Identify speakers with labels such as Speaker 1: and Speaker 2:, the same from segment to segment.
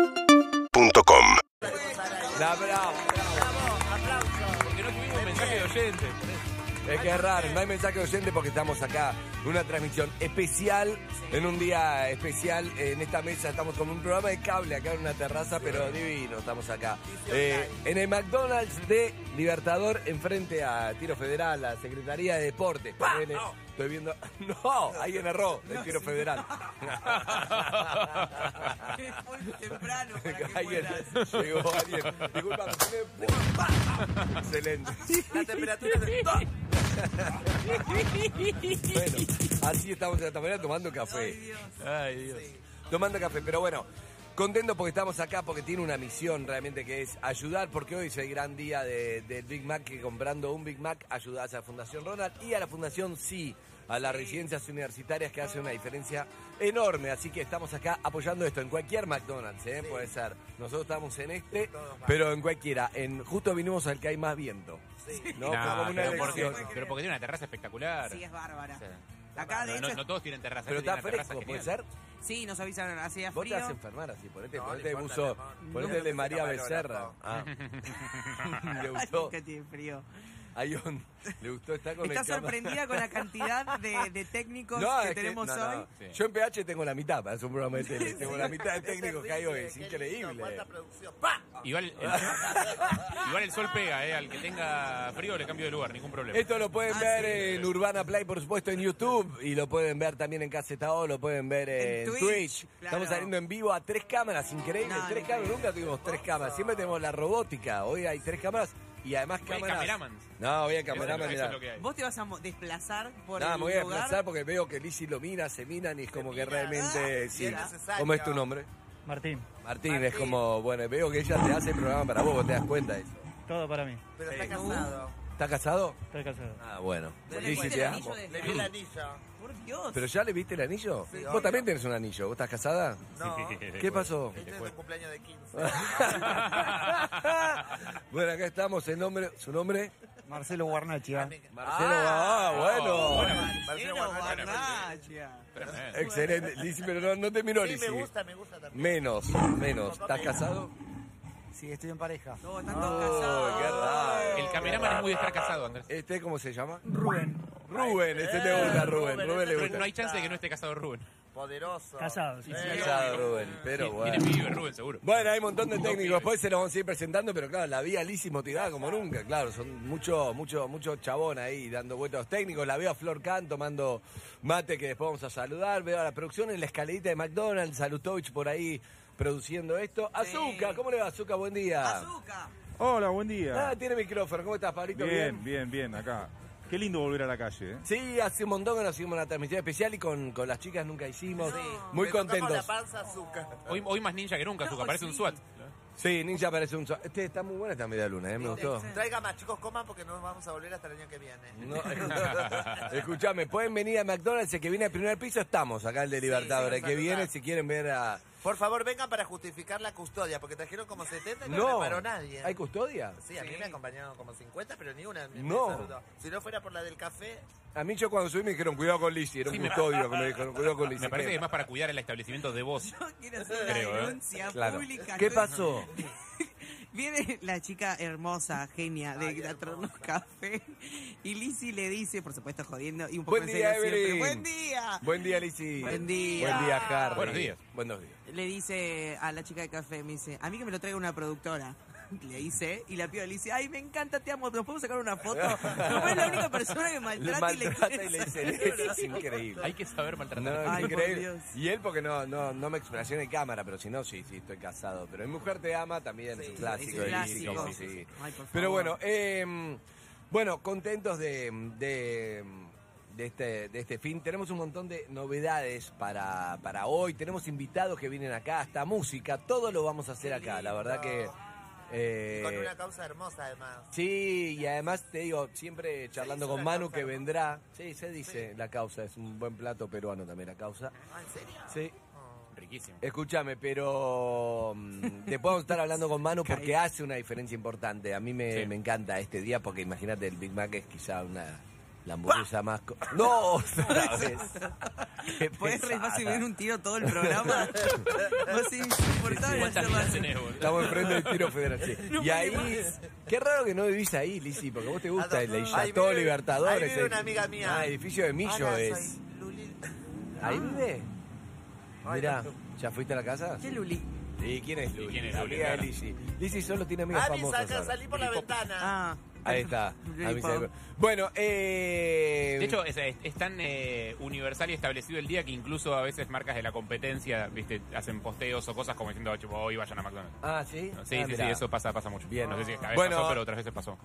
Speaker 1: UrbanaPlayFM.com
Speaker 2: La bravo, Porque no tuvimos mensaje de oyente. Es que es raro, no hay mensaje de oyente porque estamos acá en una transmisión especial, en un día especial, en esta mesa estamos con un programa de cable acá en una terraza, pero divino, estamos acá. Eh, en el McDonald's de Libertador, enfrente a Tiro Federal, a Secretaría de Deportes. ponele. Estoy viendo... No, alguien erró, el Tiro Federal.
Speaker 3: temprano para que
Speaker 2: Alguien,
Speaker 3: puedas.
Speaker 2: llegó alguien. Disculpame, tiene- Excelente.
Speaker 3: La temperatura de
Speaker 2: Bueno, así estamos en esta mañana tomando café. Ay, Dios. Tomando café, pero bueno, contento porque estamos acá, porque tiene una misión realmente que es ayudar, porque hoy es el gran día de- del Big Mac, que comprando un Big Mac ayudás a la Fundación Ronald y a la Fundación Sí, a las residencias universitarias que hace una diferencia enorme. Así que estamos acá apoyando esto en cualquier McDonald's, ¿eh? puede ser. Nosotros estamos en este, pero en cualquiera. En, justo vinimos al que hay más viento. ¿no?
Speaker 4: Nah,
Speaker 2: Como una
Speaker 4: pero, porque,
Speaker 2: elección.
Speaker 4: pero porque tiene una terraza espectacular.
Speaker 3: Sí, es bárbara.
Speaker 4: Sí.
Speaker 3: Acá, de
Speaker 4: no, no-
Speaker 3: hecho,
Speaker 4: no todos tienen terraza.
Speaker 2: Pero
Speaker 4: esta
Speaker 2: está
Speaker 4: tiene una terraza
Speaker 2: fresco, ¿puede
Speaker 4: genial.
Speaker 2: ser?
Speaker 3: sí, nos avisaron, hacía
Speaker 2: Vos te vas a
Speaker 3: frío.
Speaker 2: enfermar así, ponete, ponete de buzo, ponete el de María Becerra. Ah. le gustó,
Speaker 3: Que tiene frío.
Speaker 2: hay un- le gustó, está con
Speaker 3: Está
Speaker 2: el cama-
Speaker 3: sorprendida con la cantidad de, de técnicos
Speaker 2: No, es
Speaker 3: que
Speaker 2: que-
Speaker 3: tenemos
Speaker 2: no, no.
Speaker 3: hoy.
Speaker 4: Sí.
Speaker 2: Yo en PH tengo la mitad, para hacer un programa de tele, tengo la mitad de técnicos que hay hoy, es increíble.
Speaker 4: Igual el, igual el sol pega, ¿eh? Al que tenga frío le cambio de lugar, ningún problema.
Speaker 2: Esto lo
Speaker 3: Ah,
Speaker 2: pueden ver en Urbana Play, por supuesto, en YouTube. Y lo pueden ver también en Casetao, lo pueden ver en,
Speaker 3: En
Speaker 2: Twitch.
Speaker 3: Twitch, claro.
Speaker 2: Estamos saliendo en vivo a tres cámaras, increíble.
Speaker 3: No,
Speaker 2: tres
Speaker 3: increíble.
Speaker 2: cámaras, nunca tuvimos tres cámaras. Siempre tenemos la robótica. Hoy hay tres cámaras y además
Speaker 4: hay
Speaker 2: cámaras.
Speaker 4: cameramans.
Speaker 2: No, voy a
Speaker 4: Eso es lo-
Speaker 2: cameraman.
Speaker 4: eso es lo que
Speaker 2: mirá.
Speaker 4: hay.
Speaker 3: Vos te vas a mo- desplazar por
Speaker 2: No,
Speaker 3: el
Speaker 2: me voy a
Speaker 3: lugar.
Speaker 2: desplazar porque veo que Lizzy lo mira, se miran y es como que realmente.
Speaker 3: Ah,
Speaker 2: sí.
Speaker 3: bien necesario.
Speaker 2: ¿Cómo es tu nombre?
Speaker 5: Martín,
Speaker 2: Martín, es
Speaker 3: Martín.
Speaker 2: como, bueno, veo que ella te hace el programa para vos, vos te das cuenta de eso.
Speaker 5: todo para mí.
Speaker 6: Pero está casado.
Speaker 2: ¿Estás casado?
Speaker 5: Estoy casado.
Speaker 2: Ah, bueno.
Speaker 3: Pero le
Speaker 2: Lizzy,
Speaker 3: pusiste
Speaker 2: te
Speaker 3: el anillo
Speaker 2: amo.
Speaker 3: de-
Speaker 6: Le vi el anillo.
Speaker 3: Por Dios.
Speaker 2: ¿Pero ya le viste el anillo? vos
Speaker 6: obvio.
Speaker 2: también tenés un anillo, ¿vos estás casada?
Speaker 6: No.
Speaker 2: ¿Qué pasó?
Speaker 6: Este es su cumpleaños de 15.
Speaker 2: bueno, acá estamos, el nombre, su nombre.
Speaker 5: Marcelo Guarnachi, ¿ah?
Speaker 2: Marcelo, ah, bueno.
Speaker 3: Pero,
Speaker 6: Marcelo Guarnacha.
Speaker 3: Barracha.
Speaker 4: Tremendo.
Speaker 2: Excelente, Lizzy, pero no, no te miró,
Speaker 6: Sí,
Speaker 2: Lizzy.
Speaker 6: me gusta, me gusta también.
Speaker 2: Menos, menos. ¿Estás casado?
Speaker 5: Sí, estoy en pareja.
Speaker 3: No, están todos
Speaker 2: Uy, qué
Speaker 3: casados.
Speaker 2: raro.
Speaker 4: El cameraman es muy de estar casado, Andrés.
Speaker 2: Ah, ¿Este cómo se llama? Rubén. Rubén, este te gusta, Rubén. Rubén
Speaker 6: Rubén,
Speaker 2: le
Speaker 6: este
Speaker 4: Pero
Speaker 2: gusta.
Speaker 4: no hay chance de que no esté casado Rubén.
Speaker 6: Poderoso. Eh,
Speaker 5: Casado, sí, sí.
Speaker 2: Casado, Rubén, pero
Speaker 4: Tiene- Tiene
Speaker 2: bueno.
Speaker 4: pibe, Rubén, seguro.
Speaker 2: Bueno, hay un montón de técnicos, después se los vamos a ir presentando, pero claro, la vi a Lizzy motivada como nunca, claro, son mucho, mucho, mucho chabón ahí dando vueltas a los técnicos, la veo a Flor Khan tomando mate que después vamos a saludar, veo a la producción en la escalerita de McDonald's, a Lutovich por ahí produciendo esto. Azúcar, ¿cómo le va Azúcar? Buen día.
Speaker 3: Azúcar.
Speaker 7: Hola, buen
Speaker 2: Ah,
Speaker 7: día.
Speaker 2: tiene micrófono, ¿cómo estás, Pablito?
Speaker 7: Bien, bien, bien, acá. Qué lindo volver a la calle, ¿eh?
Speaker 2: Sí, hace un montón que no hicimos una transmisión especial y con, con las chicas nunca hicimos. Muy
Speaker 6: Le tocamos
Speaker 2: contentos.
Speaker 6: la panza azúcar.
Speaker 4: Hoy, hoy más ninja que nunca, Zucca, parece un SWAT.
Speaker 2: Sí, Ninja parece un... so- Este está muy buena esta media luna, ¿eh? me gustó.
Speaker 6: Traiga más, chicos, coman porque nos vamos a volver hasta el año que viene.
Speaker 2: No, escuchame, pueden venir a McDonald's, el que viene al primer piso estamos acá el de Libertad,
Speaker 6: sí,
Speaker 2: el que
Speaker 6: nos
Speaker 2: viene
Speaker 6: saludás.
Speaker 2: si quieren ver a...
Speaker 6: Por favor, vengan para justificar la custodia, porque trajeron como 70 y no,
Speaker 2: No,
Speaker 6: preparó
Speaker 3: ¿eh?
Speaker 6: nadie.
Speaker 2: ¿hay custodia?
Speaker 6: Sí, a mí me acompañaron como 50, pero ni una me
Speaker 2: No.
Speaker 6: saludó. Si no fuera por la del café,
Speaker 2: A mí yo cuando subí me dijeron, cuidado con Lizzie, era un custodio que me dijeron, cuidado con Lizzie.
Speaker 4: Me parece que es más para cuidar el establecimiento de vos.
Speaker 3: Yo quiero hacer una
Speaker 4: Creo, ¿eh?
Speaker 3: denuncia
Speaker 2: Claro.
Speaker 3: pública.
Speaker 2: ¿Qué
Speaker 3: Estoy-
Speaker 2: pasó?
Speaker 3: Viene la chica hermosa, genia, de traernos café. Y Lizzy le dice, por supuesto jodiendo, y un poco
Speaker 2: Buen
Speaker 3: en
Speaker 2: día,
Speaker 3: serio siempre,
Speaker 2: Evelyn.
Speaker 3: Buen día.
Speaker 2: Buen día, Lizzie.
Speaker 3: Buen día.
Speaker 2: Buen día, Harry.
Speaker 4: Buenos días.
Speaker 2: Buenos días.
Speaker 3: Le dice a la chica de café, me dice, a mí que me lo traiga una productora. Le dice, y la piba le dice, ay, me encanta, te amo, ¿nos podemos sacar una foto? No es la única persona que
Speaker 2: Le
Speaker 3: maltrata y le
Speaker 2: maltrata y
Speaker 3: quiere
Speaker 2: le dice,
Speaker 3: sacar
Speaker 2: "Eso
Speaker 3: una
Speaker 2: es increíble.
Speaker 4: Hay que saber
Speaker 2: No,
Speaker 4: maltratar.
Speaker 2: es
Speaker 3: Ay, por
Speaker 2: increíble.
Speaker 3: Dios.
Speaker 2: Y él porque no, no, no me expresión en cámara, pero si no, sí, sí, estoy casado. Pero mi mujer te ama también, es un clásico.
Speaker 3: es
Speaker 2: de
Speaker 3: un
Speaker 2: Lizzy,
Speaker 3: clásico.
Speaker 2: sí, sí.
Speaker 3: Ay, por favor.
Speaker 2: pero bueno, eh, bueno, contentos de, de, de este, de este fin. Tenemos un montón de novedades para, para hoy. Tenemos invitados que vienen acá, hasta música. Todo lo vamos a hacer acá, la verdad que... eh,
Speaker 6: con una causa hermosa además.
Speaker 2: Sí, y además te digo, siempre charlando
Speaker 6: dice
Speaker 2: con
Speaker 6: la
Speaker 2: Manu
Speaker 6: causa,
Speaker 2: que
Speaker 6: ¿no?
Speaker 2: vendrá. Sí, se dice la causa, es un buen plato peruano también la causa.
Speaker 6: Ah, ¿en serio?
Speaker 2: Sí,
Speaker 4: Ah, Riquísimo.
Speaker 2: escúchame, pero mm, te podemos estar hablando con Manu porque hace una diferencia importante. A mí me,
Speaker 4: Sí.
Speaker 2: me encanta este día porque imagínate, el Big Mac es quizá una... La hamburguesa más... co- ¡No! Otra vez. Qué
Speaker 3: Podés re
Speaker 2: pesada.
Speaker 3: fácil ver un tiro todo el programa. Vos es insoportable
Speaker 4: ¿Cuántas
Speaker 3: hacerlo
Speaker 4: vidas
Speaker 3: así.
Speaker 4: tenés, boludo?
Speaker 2: Estamos enfrente del tiro federal. sí.
Speaker 3: No
Speaker 2: y
Speaker 3: puede
Speaker 2: ahí,
Speaker 3: más.
Speaker 2: qué raro que no vivís ahí, Lizzy, porque vos te gusta el
Speaker 6: Ah, Ahí
Speaker 2: Yató,
Speaker 6: vive-
Speaker 2: Libertadores.
Speaker 6: ahí vive
Speaker 2: el-
Speaker 6: una amiga mía.
Speaker 2: Ah, edificio de Millo
Speaker 6: Hola, soy Ah.
Speaker 2: es.
Speaker 6: Luli.
Speaker 2: ¿Ahí vive?
Speaker 6: Ay,
Speaker 2: Mirá,
Speaker 6: tanto.
Speaker 2: ¿ya fuiste a la casa?
Speaker 3: ¿Qué Luli?
Speaker 2: ¿Y quién es Luli?
Speaker 4: quién es
Speaker 2: La
Speaker 4: Luli,
Speaker 2: amiga de
Speaker 4: claro.
Speaker 2: Lizzy. Lizzy solo tiene amigas
Speaker 6: Ani,
Speaker 2: famosas.
Speaker 6: saca,
Speaker 2: ahora.
Speaker 6: salí por la ventana.
Speaker 3: Ah.
Speaker 2: Ahí está. a mí se me- Bueno, eh...
Speaker 4: De hecho, es, es- es tan eh, universal y establecido el día que incluso a veces marcas de la competencia, viste, hacen posteos o cosas como diciendo, "Che, hoy vayan a McDonald's.
Speaker 2: Ah, ¿sí?
Speaker 4: Sí,
Speaker 2: Ah,
Speaker 4: sí, sí,
Speaker 2: mirá.
Speaker 4: eso pasa, pasa mucho.
Speaker 2: Bien.
Speaker 4: No sé si esta vez
Speaker 2: Bueno.
Speaker 4: pasó, pero otras veces pasó.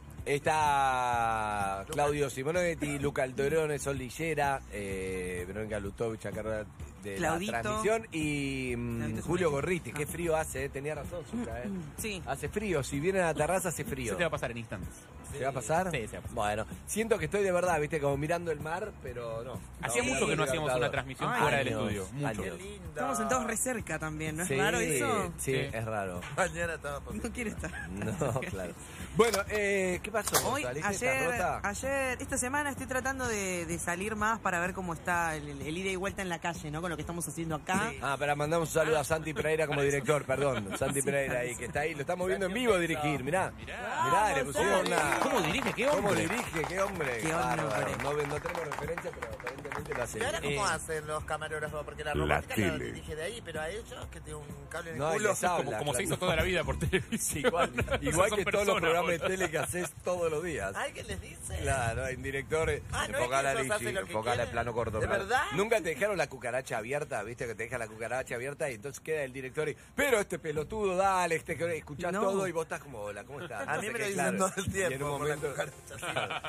Speaker 2: Está Claudio Simonetti, Luca Altorone, Sol Lillera, eh, Verónica Lutovich, acá de
Speaker 3: Claudito.
Speaker 2: la transmisión, y mm,
Speaker 3: Claudito
Speaker 2: Julio
Speaker 3: Simonetti.
Speaker 2: Gorriti. Qué
Speaker 3: Ah.
Speaker 2: frío hace, eh, tenía razón Zucca, eh.
Speaker 3: Sí.
Speaker 2: Hace frío, si vienen a la terraza hace
Speaker 4: Eso
Speaker 2: frío.
Speaker 4: te va a pasar en instantes.
Speaker 2: ¿Se va a pasar?
Speaker 4: Sí, se va a pasar.
Speaker 2: Bueno, siento que estoy de verdad, viste, como mirando el mar, pero no.
Speaker 4: Hacía
Speaker 2: No,
Speaker 4: mucho que no hacíamos una
Speaker 2: Libertador.
Speaker 4: transmisión
Speaker 3: Ay,
Speaker 4: fuera del
Speaker 2: Años,
Speaker 4: estudio. Mucho.
Speaker 6: Qué
Speaker 2: años.
Speaker 6: lindo.
Speaker 3: Estamos sentados re cerca también, ¿no es
Speaker 2: Sí,
Speaker 3: raro eso?
Speaker 2: Sí,
Speaker 4: Sí.
Speaker 2: es raro.
Speaker 6: Mañana estaba por-
Speaker 3: No quiero estar.
Speaker 2: No, claro. Bueno, eh, ¿qué pasó?
Speaker 3: Hoy,
Speaker 2: Gonzalo? ¿Estás
Speaker 3: ayer,
Speaker 2: rota?
Speaker 3: ayer, esta semana estoy tratando de, de salir más para ver cómo está el, el ida y vuelta en la calle, ¿no? Con lo que estamos haciendo acá.
Speaker 2: Ah, para mandamos un saludo a Santi Pereira como director, perdón. Santi Pereira ahí, que está ahí, lo estamos viendo en vivo dirigir, mirá.
Speaker 3: Ah,
Speaker 2: Mirá, le pusimos una.
Speaker 4: ¿Cómo dirige? ¿Qué
Speaker 2: ¿Cómo
Speaker 4: hombre?
Speaker 2: dirige? ¿Qué hombre?
Speaker 3: Qué
Speaker 2: bárbaro.
Speaker 3: hombre.
Speaker 2: No, ve- no tenemos referencia, pero aparentemente lo hace.
Speaker 6: ¿Y ahora
Speaker 2: bien.
Speaker 6: cómo hacen los camarógrafos? Porque la robótica la dirige de ahí, pero a ellos que tienen un cable en el
Speaker 2: No, y
Speaker 6: culo.
Speaker 2: les habla,
Speaker 4: Como, como se hizo
Speaker 2: claro.
Speaker 4: toda la vida por televisión.
Speaker 2: Igual, igual
Speaker 4: Son
Speaker 2: que todos los
Speaker 4: personas,
Speaker 2: programas de
Speaker 4: boludo.
Speaker 2: tele que haces todos los días.
Speaker 6: ¿Ay, qué les dice?
Speaker 2: Claro, en director,
Speaker 6: Ah, ¿no es
Speaker 2: enfocala
Speaker 6: que
Speaker 2: al
Speaker 6: ellos hacen lo que
Speaker 2: enfocala al
Speaker 6: quieren?
Speaker 2: plano corto.
Speaker 6: ¿De
Speaker 2: claro.
Speaker 6: verdad?
Speaker 2: Nunca te dejaron la cucaracha abierta, viste que te deja la cucaracha abierta y entonces queda el director y, pero este pelotudo, dale, este que escuchás
Speaker 3: No.
Speaker 2: todo y vos estás como, hola, ¿cómo estás?
Speaker 6: A mí me lo dicen todo el tiempo. por la cucaracha,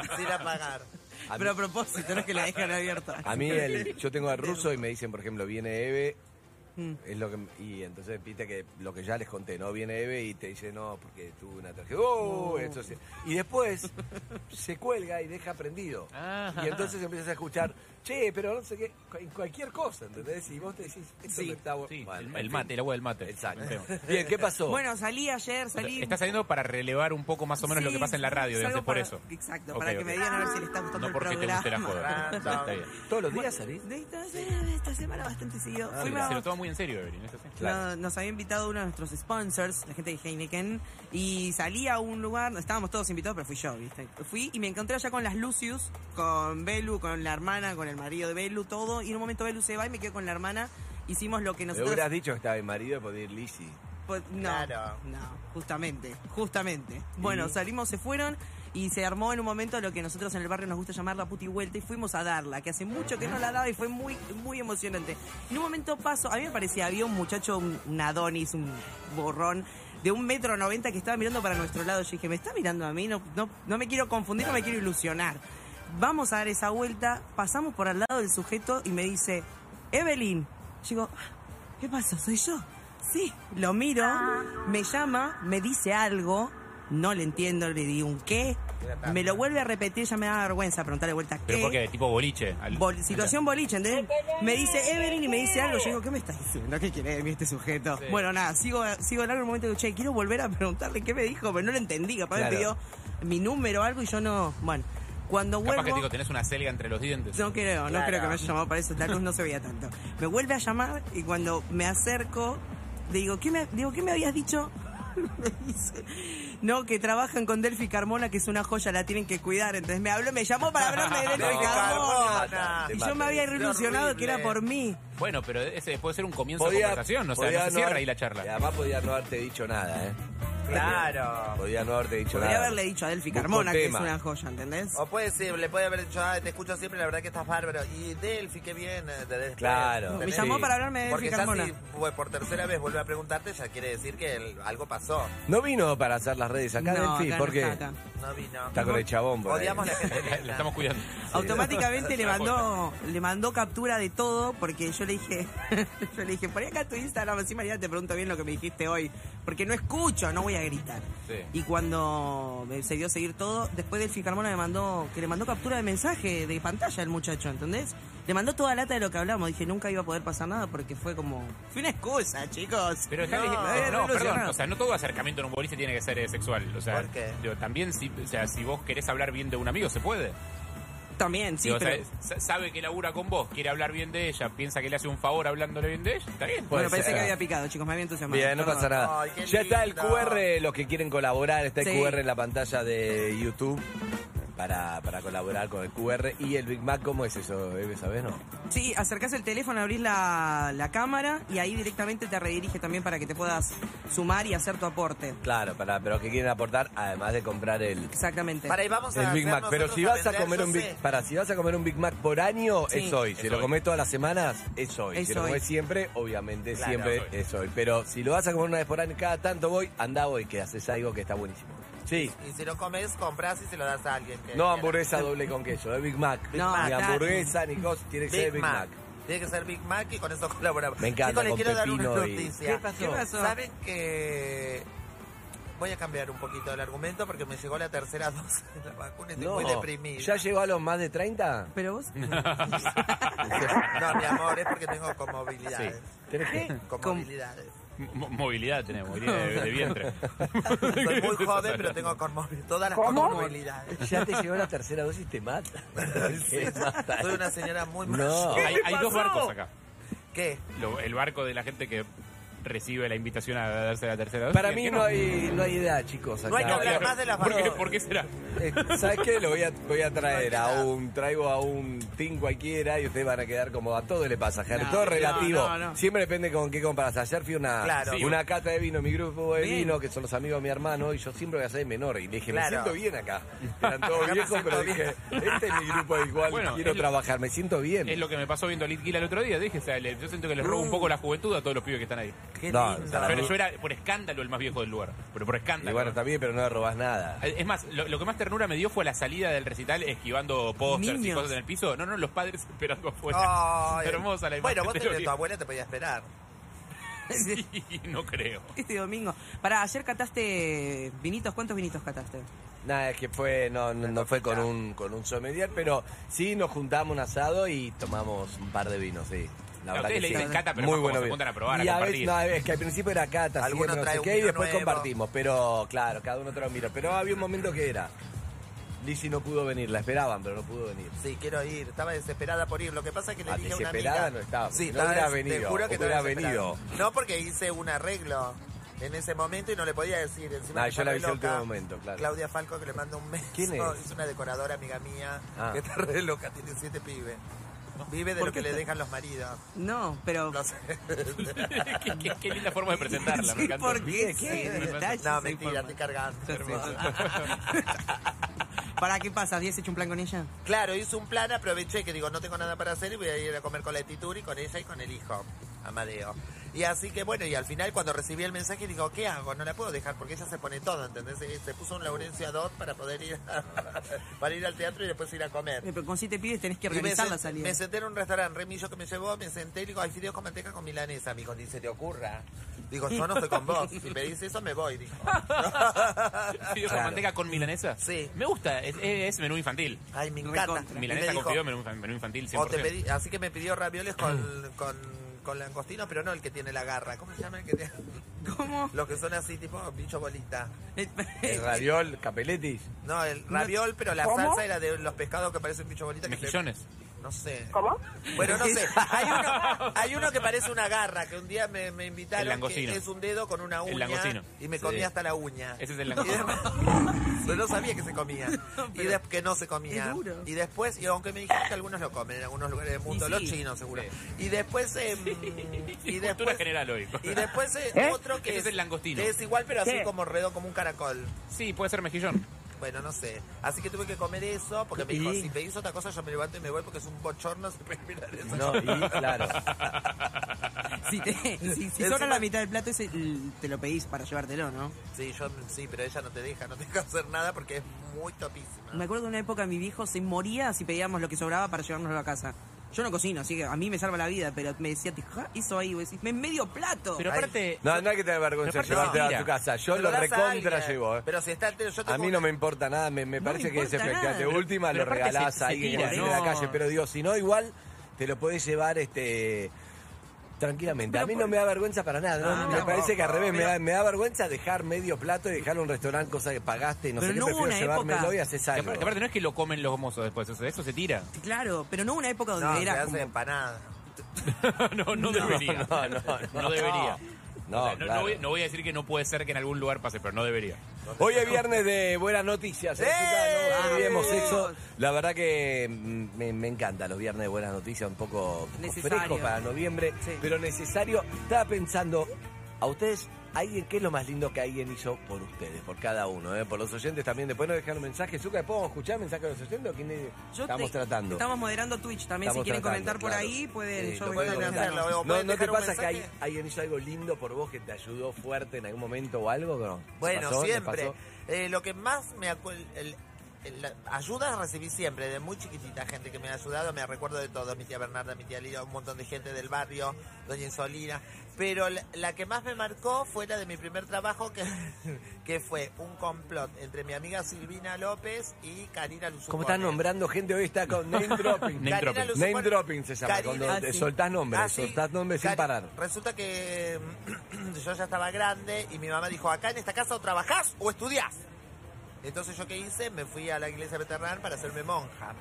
Speaker 6: sin- Sin apagar.
Speaker 2: a mí,
Speaker 3: Pero a propósito, no es que la dejan abierta.
Speaker 2: a mí el- yo tengo al ruso y me dicen, por ejemplo, viene Eve,
Speaker 3: Mm.
Speaker 2: es lo que, y entonces viste que lo que ya les conté, ¿no? Viene Eve y te dice, no, porque tuvo una tragedia. ¡Oh! Eso sí. Y después se cuelga y deja prendido. Y entonces empiezas a escuchar, che, pero no sé qué, cu- en cualquier cosa, ¿entendés? Y vos te decís, esto
Speaker 3: Sí,
Speaker 2: no está bueno.
Speaker 4: Sí,
Speaker 2: Bueno,
Speaker 4: el,
Speaker 2: en
Speaker 4: el
Speaker 2: fin.
Speaker 4: mate, el agua del mate. Feo.
Speaker 2: Exacto. Bien, ¿qué pasó?
Speaker 3: Bueno, salí ayer, salí.
Speaker 4: Está saliendo para relevar un poco más o menos lo
Speaker 3: Sí,
Speaker 4: que pasa en la radio,
Speaker 3: salgo
Speaker 4: digamos, por
Speaker 3: para-
Speaker 4: eso.
Speaker 3: Exacto,
Speaker 4: Ok,
Speaker 3: para que
Speaker 4: ok.
Speaker 3: me digan a ver si le está gustando
Speaker 4: No
Speaker 3: el
Speaker 4: porque te
Speaker 3: programa.
Speaker 4: guste la joda.
Speaker 6: Random.
Speaker 4: Está bien.
Speaker 2: ¿todos los días salís?
Speaker 3: De esta, de esta semana bastante seguido.
Speaker 2: Ah,
Speaker 4: Se,
Speaker 3: Fuimos-
Speaker 2: mira.
Speaker 4: se lo toma muy en serio, Evelyn, ¿es así?
Speaker 2: Claro.
Speaker 3: No- nos había invitado uno de nuestros sponsors, la gente de Heineken, y salí a un lugar, estábamos todos invitados, pero fui yo, ¿viste? Fui y me encontré allá con las Lucius, con Belu, con la hermana, con el marido de Belu, todo, y en un momento Belu se va y me quedo con la hermana, hicimos lo que
Speaker 2: Me
Speaker 3: nosotros...
Speaker 2: hubieras dicho que estaba mi marido y podía ir Lizzy.
Speaker 3: Pues, no,
Speaker 6: Claro.
Speaker 3: no, justamente, justamente. Bueno, salimos, se fueron y se armó en un momento lo que nosotros en el barrio nos gusta llamar la puti vuelta y fuimos a darla, que hace mucho que no la daba y fue muy, muy emocionante. En un momento paso, a mí me parecía, había un muchacho, un, un Adonis, un borrón. De un metro noventa que estaba mirando para nuestro lado. Yo dije, me está mirando a mí, no, no, no me quiero confundir, no me quiero ilusionar. Vamos a dar esa vuelta, pasamos por al lado del sujeto y me dice, Evelyn. Yo digo, "Ah, ¿Qué pasó? ¿Soy yo? Sí, lo miro, me llama, me dice algo, no le entiendo, le di un qué, me lo vuelve a repetir, ya me da vergüenza preguntarle de vuelta
Speaker 4: Pero
Speaker 3: qué.
Speaker 4: porque tipo boliche. al-
Speaker 3: Bol- situación boliche, ¿entendés? Me dice Evelyn y me dice algo. Yo digo, ¿qué me estás diciendo? ¿Qué quiere de mí este sujeto? Bueno, nada, sigo, sigo largo en un momento digo, che, quiero volver a preguntarle qué me dijo, pero no lo entendí. Capaz me pidió
Speaker 2: Claro.
Speaker 3: mi número o algo y yo no. Bueno, cuando
Speaker 4: Capaz
Speaker 3: vuelvo.
Speaker 4: que digo, tenés una selga entre los dientes.
Speaker 3: No creo, no
Speaker 6: Claro.
Speaker 3: creo que me haya llamado para eso. La luz no se veía tanto. Me vuelve a llamar y cuando me acerco, le digo, ¿qué me, digo, ¿qué me habías dicho? Me dice, no, que trabajan con Delphi Carmona, que es una joya, la tienen que cuidar. Entonces me habló, me llamó para hablarme de Delphi
Speaker 6: No,
Speaker 3: Carmona.
Speaker 6: Carmona.
Speaker 3: Y yo me había
Speaker 6: Qué
Speaker 3: ilusionado que era
Speaker 6: horrible.
Speaker 3: por mí.
Speaker 4: Bueno, pero ese puede ser un comienzo de conversación. O sea,
Speaker 2: podía
Speaker 4: no se cierra
Speaker 2: haber-
Speaker 4: ahí la
Speaker 2: Y
Speaker 4: charla.
Speaker 2: además podía no haberte dicho nada, ¿eh?
Speaker 6: Claro.
Speaker 2: Podía no haberte dicho
Speaker 3: Podría
Speaker 2: nada.
Speaker 3: haberle dicho a Delphi
Speaker 2: Busca un
Speaker 3: Carmona, que es
Speaker 2: tema. Oh,
Speaker 3: una joya, ¿entendés?
Speaker 6: O puede ser, le puede haber dicho, ah, te escucho siempre, la verdad que estás bárbaro. Y Delphi, qué bien. eh, de- de-
Speaker 2: Claro.
Speaker 6: ¿entendés?
Speaker 3: Me llamó
Speaker 2: sí.
Speaker 3: para hablarme de Delphi
Speaker 6: Porque ya
Speaker 3: Carmona.
Speaker 6: si bueno, por tercera vez vuelve a preguntarte, ya quiere decir que el- algo pasó.
Speaker 2: No vino para hacer las redes acá,
Speaker 3: No,
Speaker 2: Delphi,
Speaker 3: acá no
Speaker 2: porque
Speaker 3: está acá.
Speaker 6: No vino.
Speaker 2: está con el chabón. por ahí.
Speaker 6: Odiamos la gente.
Speaker 4: Eh, La
Speaker 6: linda.
Speaker 4: estamos cuidando.
Speaker 3: Automáticamente le
Speaker 4: Una
Speaker 3: mandó, le mandó captura de todo porque yo le dije, yo le dije, poné acá tu Instagram, así María te pregunto bien lo que me dijiste hoy, porque no escucho, no voy a gritar.
Speaker 2: Sí.
Speaker 3: Y cuando me se dio a seguir todo, después del Ficarmona me mandó, que le mandó captura de mensaje de pantalla al muchacho, ¿entendés? Le mandó toda lata de lo que hablamos, dije, nunca iba a poder pasar nada porque fue como, fue una excusa, chicos.
Speaker 4: Pero dejale-
Speaker 3: No,
Speaker 4: eh, no,
Speaker 3: no,
Speaker 4: perdón,
Speaker 3: no.
Speaker 4: o sea, no todo acercamiento en un boliche tiene que ser eh, sexual. O sea,
Speaker 6: ¿Por qué?
Speaker 4: digo, también si, o sea, si vos querés hablar bien de un amigo, se puede.
Speaker 3: También, sí,
Speaker 4: Digo,
Speaker 3: pero...
Speaker 4: sabe- sa- sabe que labura con vos, quiere hablar bien de ella, piensa que le hace un favor hablándole bien de ella, está bien.
Speaker 2: Puede
Speaker 3: bueno, pensé
Speaker 2: ser.
Speaker 3: que había picado, chicos, me había entusiasmado.
Speaker 2: Bien, no
Speaker 3: perdón.
Speaker 2: pasa nada.
Speaker 6: Ay, qué
Speaker 2: ya está el
Speaker 6: lindo.
Speaker 2: QR, los que quieren colaborar, está el
Speaker 3: Sí.
Speaker 2: QR en la pantalla de YouTube para, para colaborar con el QR. ¿Y el Big Mac cómo es eso, Eve? ¿Sabés, no?
Speaker 3: Sí, acercás el teléfono, abrís la, la cámara y ahí directamente te redirige también para que te puedas sumar y hacer tu aporte.
Speaker 2: Claro, para, pero los que quieren aportar, además de comprar el,
Speaker 3: Exactamente.
Speaker 6: Para ahí vamos a
Speaker 2: el Big
Speaker 6: hacer
Speaker 2: Mac. Pero
Speaker 6: nosotros
Speaker 2: si vas a
Speaker 6: vender,
Speaker 2: comer
Speaker 6: yo
Speaker 2: un
Speaker 6: sé.
Speaker 2: Big, para, si vas a comer un Big Mac por año,
Speaker 3: Sí.
Speaker 2: es hoy. Si
Speaker 4: Es
Speaker 2: lo
Speaker 4: hoy.
Speaker 2: comes todas las semanas, es hoy.
Speaker 3: Es
Speaker 2: si lo
Speaker 3: hoy.
Speaker 2: comes siempre, obviamente
Speaker 6: Claro,
Speaker 2: siempre
Speaker 4: es hoy.
Speaker 2: es hoy. Pero si lo vas a comer una vez por año, cada tanto voy, anda hoy, que haces algo que está buenísimo. Sí.
Speaker 6: Y si lo comes, compras y se lo das a alguien. que
Speaker 2: No
Speaker 6: quiera.
Speaker 2: hamburguesa doble con queso, es Big Mac.
Speaker 3: No,
Speaker 2: ni
Speaker 3: claro.
Speaker 2: hamburguesa, ni cosa, tiene que ser
Speaker 6: Big,
Speaker 2: Big
Speaker 6: Mac.
Speaker 2: Mac.
Speaker 6: Tiene que ser Big Mac y con eso colaboramos.
Speaker 2: Me encanta,
Speaker 6: Chicos, les
Speaker 2: con
Speaker 6: quiero dar una
Speaker 2: pepino y-
Speaker 6: noticia.
Speaker 3: ¿Qué pasó? ¿Qué pasó?
Speaker 6: ¿Saben que voy a cambiar un poquito el argumento porque me llegó la tercera dosis de la vacuna y estoy muy deprimida?
Speaker 2: ¿Ya llegó a los más de 30?
Speaker 3: Pero vos...
Speaker 6: No, mi amor, es porque tengo comorbilidades.
Speaker 2: ¿Tenés que-
Speaker 6: Comorbilidades.
Speaker 4: Mo- movilidad tenemos, movilidad de, de vientre.
Speaker 6: Soy muy joven, pero tengo conmor- todas las comorbilidades.
Speaker 2: Ya te llegó la tercera dosis, te mata. Te mata.
Speaker 6: Soy una señora muy
Speaker 2: No.
Speaker 4: Hay, hay dos barcos acá.
Speaker 6: ¿Qué?
Speaker 4: Lo- el barco de la gente que recibe la invitación a darse la tercera dosis.
Speaker 2: Para
Speaker 4: el
Speaker 2: mí
Speaker 4: que
Speaker 2: no hay, no hay edad, chicos.
Speaker 6: No hay que
Speaker 2: acá.
Speaker 6: hablar más de las
Speaker 4: ¿Por qué,
Speaker 6: vacunas.
Speaker 4: por qué será?
Speaker 2: Eh, ¿Sabes qué? Lo voy a, voy a traer a un, traigo a un team cualquiera y ustedes van a quedar como a todo le pasa, Ger,
Speaker 3: No,
Speaker 2: todo
Speaker 3: no,
Speaker 2: relativo.
Speaker 3: no, no.
Speaker 2: Siempre depende con qué comparas. Ayer fui a una,
Speaker 6: Claro.
Speaker 2: sí, una cata de vino, mi grupo de
Speaker 3: Bien.
Speaker 2: vino, que son los amigos de mi hermano, y yo siempre voy a ser el menor. Y le dije, me
Speaker 6: Claro.
Speaker 2: siento bien acá. Eran todos
Speaker 6: Acá me
Speaker 2: viejos, pero
Speaker 6: siento
Speaker 2: dije, este es mi grupo del cual
Speaker 4: Bueno,
Speaker 2: quiero
Speaker 4: es lo-
Speaker 2: trabajar, me siento bien.
Speaker 4: Es lo que me pasó viendo a Litgila el otro día. Dije, o sea, le- yo siento que les robo un poco la juventud a todos los pibes que están ahí.
Speaker 6: Qué
Speaker 2: No,
Speaker 6: lindo.
Speaker 2: para
Speaker 4: Pero yo era por escándalo el más viejo del lugar. Pero por
Speaker 2: y
Speaker 4: escándalo.
Speaker 2: bueno, está bien, pero no le robás nada.
Speaker 4: Es más, lo, lo que más ternura me dio fue la salida del recital esquivando pósters y
Speaker 3: Niños.
Speaker 4: cosas en el piso. No, no, los padres esperando afuera.
Speaker 6: Ay.
Speaker 4: Hermosa la imagen.
Speaker 6: Bueno, vos
Speaker 4: te lo
Speaker 6: tenés
Speaker 4: digo.
Speaker 6: tu abuela, te podía esperar.
Speaker 4: Sí, no creo.
Speaker 3: Este domingo. Para ayer cataste vinitos, ¿cuántos vinitos cataste?
Speaker 2: Nada, es que fue, no, no, no fue con un, con un sommelier, pero sí nos juntamos un asado y tomamos un par de vinos, sí. La
Speaker 4: A
Speaker 2: verdad
Speaker 4: ustedes
Speaker 2: que
Speaker 4: le
Speaker 2: sí.
Speaker 4: dicen cata, pero
Speaker 2: Muy
Speaker 4: más
Speaker 2: bueno
Speaker 4: como se
Speaker 2: bien.
Speaker 4: juntan a probar, a
Speaker 2: Y veces-
Speaker 4: compartir.
Speaker 2: no, es que al principio era cata,
Speaker 6: Alguno
Speaker 2: siempre no
Speaker 6: trae
Speaker 2: sé
Speaker 6: un
Speaker 2: qué, y
Speaker 6: vino
Speaker 2: después
Speaker 6: nuevo.
Speaker 2: compartimos. Pero claro, cada uno trae un vino. Pero había un momento que era. Lizzy no pudo venir, la esperaban, pero no pudo venir.
Speaker 6: Sí, quiero ir. Estaba desesperada por ir. Lo que pasa es que le
Speaker 2: Ah,
Speaker 6: dije a una amiga...
Speaker 2: desesperada no estaba.
Speaker 6: Sí,
Speaker 2: No
Speaker 6: estaba
Speaker 2: hubiera
Speaker 6: des- Te
Speaker 2: venido,
Speaker 6: juro que
Speaker 2: hubiera
Speaker 6: estaba desesperada.
Speaker 2: venido.
Speaker 6: No, porque hice un arreglo en ese momento y no le podía decir. Encima
Speaker 2: No,
Speaker 6: me
Speaker 2: yo la
Speaker 6: pone
Speaker 2: avisé al
Speaker 6: loca.
Speaker 2: último momento, claro.
Speaker 6: Claudia Falco, que le mando un beso.
Speaker 2: ¿Quién es?
Speaker 6: Es una decoradora amiga mía
Speaker 2: Ah.
Speaker 6: que está re loca, tiene siete pibes. Vive de
Speaker 3: ¿Por
Speaker 6: lo
Speaker 3: qué
Speaker 6: que le
Speaker 3: está-
Speaker 6: dejan los maridos.
Speaker 3: No, pero...
Speaker 6: No sé.
Speaker 4: qué, qué- qué linda forma de presentarla. me
Speaker 3: Sí,
Speaker 4: encanta.
Speaker 3: ¿por qué?
Speaker 4: Sí,
Speaker 3: Sí,
Speaker 4: me encanta.
Speaker 3: detalles
Speaker 6: No,
Speaker 3: se
Speaker 6: mentira,
Speaker 3: informan.
Speaker 6: estoy cargando.
Speaker 3: ¿Para qué pasa? ¿Habías hecho un plan con ella?
Speaker 6: Claro, hice un plan, aproveché que digo, no tengo nada para hacer y voy a ir a comer con la Titur y con ella y con el hijo, Amadeo. Y así que bueno, y al final cuando recibí el mensaje digo, ¿qué hago? No la puedo dejar porque ella se pone todo, ¿entendés? Se, se puso un Laurencio Adot para poder ir a- para ir al teatro y después ir a comer.
Speaker 3: Eh, Pero con siete pibes tenés que
Speaker 6: Y me,
Speaker 3: organizar
Speaker 6: sen-
Speaker 3: la salida.
Speaker 6: me senté en un restaurante, Remillo que me llevó, me senté y digo, hay fideos con manteca con milanesa, mijo, ni se te ocurra. Digo, yo no estoy con vos, si me dice eso me voy, dijo.
Speaker 4: ¿Fideos con manteca con milanesa?
Speaker 6: Mm. Sí.
Speaker 4: Me gusta, es, es menú infantil.
Speaker 6: Ay, me encanta.
Speaker 3: Recontra.
Speaker 6: Y me
Speaker 4: Milanesa con
Speaker 6: dijo,
Speaker 4: fideos, menú, menú infantil
Speaker 6: O te
Speaker 4: 100%.
Speaker 6: pedí- así que me pidió ravioles con, con, con langostino, pero no el que tiene la garra. ¿Cómo se llama el que tiene?
Speaker 3: ¿Cómo?
Speaker 6: Los que son así, tipo bicho bolita.
Speaker 2: El raviol, capeletis.
Speaker 6: No, el raviol, pero la
Speaker 1: ¿Cómo?
Speaker 6: salsa era de los pescados que parecen bicho bolita. que se-
Speaker 4: Mejillones.
Speaker 6: no sé.
Speaker 1: ¿Cómo?
Speaker 6: Bueno, no sé. Hay uno, hay uno que parece una garra, que un día me, me
Speaker 4: El
Speaker 6: invitaron.
Speaker 4: langostino.
Speaker 6: que es un dedo con una uña.
Speaker 4: langostino.
Speaker 6: Y me
Speaker 4: Sí.
Speaker 6: comí hasta la uña.
Speaker 4: Ese es el
Speaker 6: Y
Speaker 4: langostino.
Speaker 6: después- Yo no sabía que se comía. y de- que no se comía.
Speaker 3: Es duro.
Speaker 6: Y después, y aunque me dijeron que algunos lo comen en algunos lugares del mundo,
Speaker 3: sí.
Speaker 6: los chinos seguro. Y después. em, y
Speaker 4: Cultura
Speaker 6: después.
Speaker 4: general hoy.
Speaker 6: Y después eh, otro que
Speaker 4: Ese es el langostino.
Speaker 6: que es igual, pero así
Speaker 1: ¿Qué?
Speaker 6: como redondo, como un caracol.
Speaker 4: Sí, puede ser mejillón.
Speaker 6: Bueno, no sé. Así que tuve que comer eso, porque me dijo, si pedís otra cosa, yo me levanto y me voy porque es un bochorno. se puede mirar eso.
Speaker 2: No, y claro.
Speaker 3: Si, te, si, si sobra la mitad del plato, ese, l- te lo pedís para llevártelo, ¿no?
Speaker 6: Sí, yo sí, pero ella no te deja, no te deja hacer nada porque es muy topísima.
Speaker 3: Me acuerdo de una época mi viejo se moría si pedíamos lo que sobraba para llevárnoslo a casa. Yo no cocino, así que a mí me salva la vida, pero me decía, "Tijá, hizo ahí, vos decís, me medio plato.
Speaker 4: Pero
Speaker 6: Ay.
Speaker 4: aparte,
Speaker 2: No, no hay que tener vergüenza
Speaker 4: Pero
Speaker 2: llevarte
Speaker 4: aparte,
Speaker 2: a tu
Speaker 4: mira,
Speaker 2: casa. Yo
Speaker 6: Se
Speaker 2: lo
Speaker 6: das a
Speaker 2: recontra
Speaker 6: alguien.
Speaker 2: llevo, eh.
Speaker 6: Pero si está entero, yo
Speaker 2: A
Speaker 6: tengo
Speaker 2: mí no
Speaker 6: una-
Speaker 2: me importa nada, me, me
Speaker 3: No
Speaker 2: parece
Speaker 3: me
Speaker 2: que es
Speaker 3: importa
Speaker 2: efectivamente
Speaker 3: nada.
Speaker 2: última,
Speaker 4: Pero
Speaker 2: lo
Speaker 4: aparte
Speaker 2: regalás
Speaker 4: se- se
Speaker 2: ahí que
Speaker 4: tira,
Speaker 2: consigue en la
Speaker 4: no.
Speaker 2: calle. Pero digo, si no, igual te lo podés llevar este Tranquilamente, a mí no me da vergüenza para nada. ¿no?
Speaker 3: Ah,
Speaker 2: me
Speaker 3: no,
Speaker 2: parece que al revés, me,
Speaker 6: pero-
Speaker 2: da, me da vergüenza dejar medio plato y dejar un restaurante, cosa que pagaste y no
Speaker 3: Pero
Speaker 2: sé
Speaker 3: no
Speaker 2: qué,
Speaker 3: hubo
Speaker 2: prefiero
Speaker 3: una época-
Speaker 2: llevármelo y haces
Speaker 4: Que
Speaker 2: algo.
Speaker 4: aparte, que aparte no es que lo comen los mozos después, o sea, eso se tira.
Speaker 3: Claro, pero no hubo una época donde
Speaker 6: No, se
Speaker 3: era
Speaker 6: hace
Speaker 3: como...
Speaker 6: empanada.
Speaker 4: no, no, debería.
Speaker 2: no, no, no.
Speaker 4: No debería.
Speaker 2: No,
Speaker 4: O sea,
Speaker 2: claro.
Speaker 4: voy, no voy a decir que no puede ser que en algún lugar pase, pero no debería.
Speaker 2: Hoy es viernes de buenas noticias. ¿eh,
Speaker 6: ¡Eh!
Speaker 2: chicas? No olvidemos
Speaker 3: ¡Vamos!
Speaker 2: eso. La verdad que mm, me, me encanta los viernes de buenas noticias, un poco, un poco
Speaker 3: Necesario.
Speaker 2: fresco para noviembre,
Speaker 3: Sí.
Speaker 2: pero necesario. Estaba pensando, a ustedes, alguien, ¿qué es lo más lindo que alguien hizo por ustedes, por cada uno? eh? Por los oyentes también. Después nos dejaron mensajes. Zucca, ¿después vamos a escuchar mensajes de los oyentes o quién es?
Speaker 3: Yo
Speaker 2: estamos
Speaker 3: te-
Speaker 2: tratando?
Speaker 3: Estamos moderando Twitch también.
Speaker 2: Estamos
Speaker 3: si quieren
Speaker 2: tratando,
Speaker 3: comentar por
Speaker 2: claro.
Speaker 3: ahí, pueden.
Speaker 2: Sí, lo
Speaker 3: yo voy
Speaker 6: pueden
Speaker 3: a
Speaker 6: hacer,
Speaker 3: comentar.
Speaker 6: lo veo.
Speaker 2: No,
Speaker 6: ¿Pueden
Speaker 2: ¿No te
Speaker 6: dejar un
Speaker 2: pasa que hay-
Speaker 6: mensaje?
Speaker 2: alguien hizo algo lindo por vos que te ayudó fuerte en algún momento o algo? ¿no? ¿Te
Speaker 6: Bueno,
Speaker 2: pasó? ¿Te
Speaker 6: siempre.
Speaker 2: pasó?
Speaker 6: Eh, lo que más me acuerdo. ayudas recibí siempre, de muy chiquitita, gente que me ha ayudado, me recuerdo de todo, mi tía Bernarda, mi tía Lira, un montón de gente del barrio, doña Insolina, pero la, la que más me marcó fue la de mi primer trabajo, que, que fue un complot entre mi amiga Silvina López y Karina Luzumbo.
Speaker 2: Como estás nombrando gente hoy está con name dropping.
Speaker 4: Name dropping.
Speaker 6: Karina Luzumbo-
Speaker 2: Name dropping se llama,
Speaker 6: Karina-
Speaker 2: cuando
Speaker 3: Ah,
Speaker 2: te
Speaker 3: sí.
Speaker 2: soltás nombres,
Speaker 6: Ah, sí.
Speaker 2: soltás nombres sin
Speaker 6: Cari-
Speaker 2: parar.
Speaker 6: Resulta que yo ya estaba grande y mi mamá dijo, acá en esta casa o trabajás o estudiás. Entonces yo qué hice, me fui a la iglesia veterana para hacerme monja.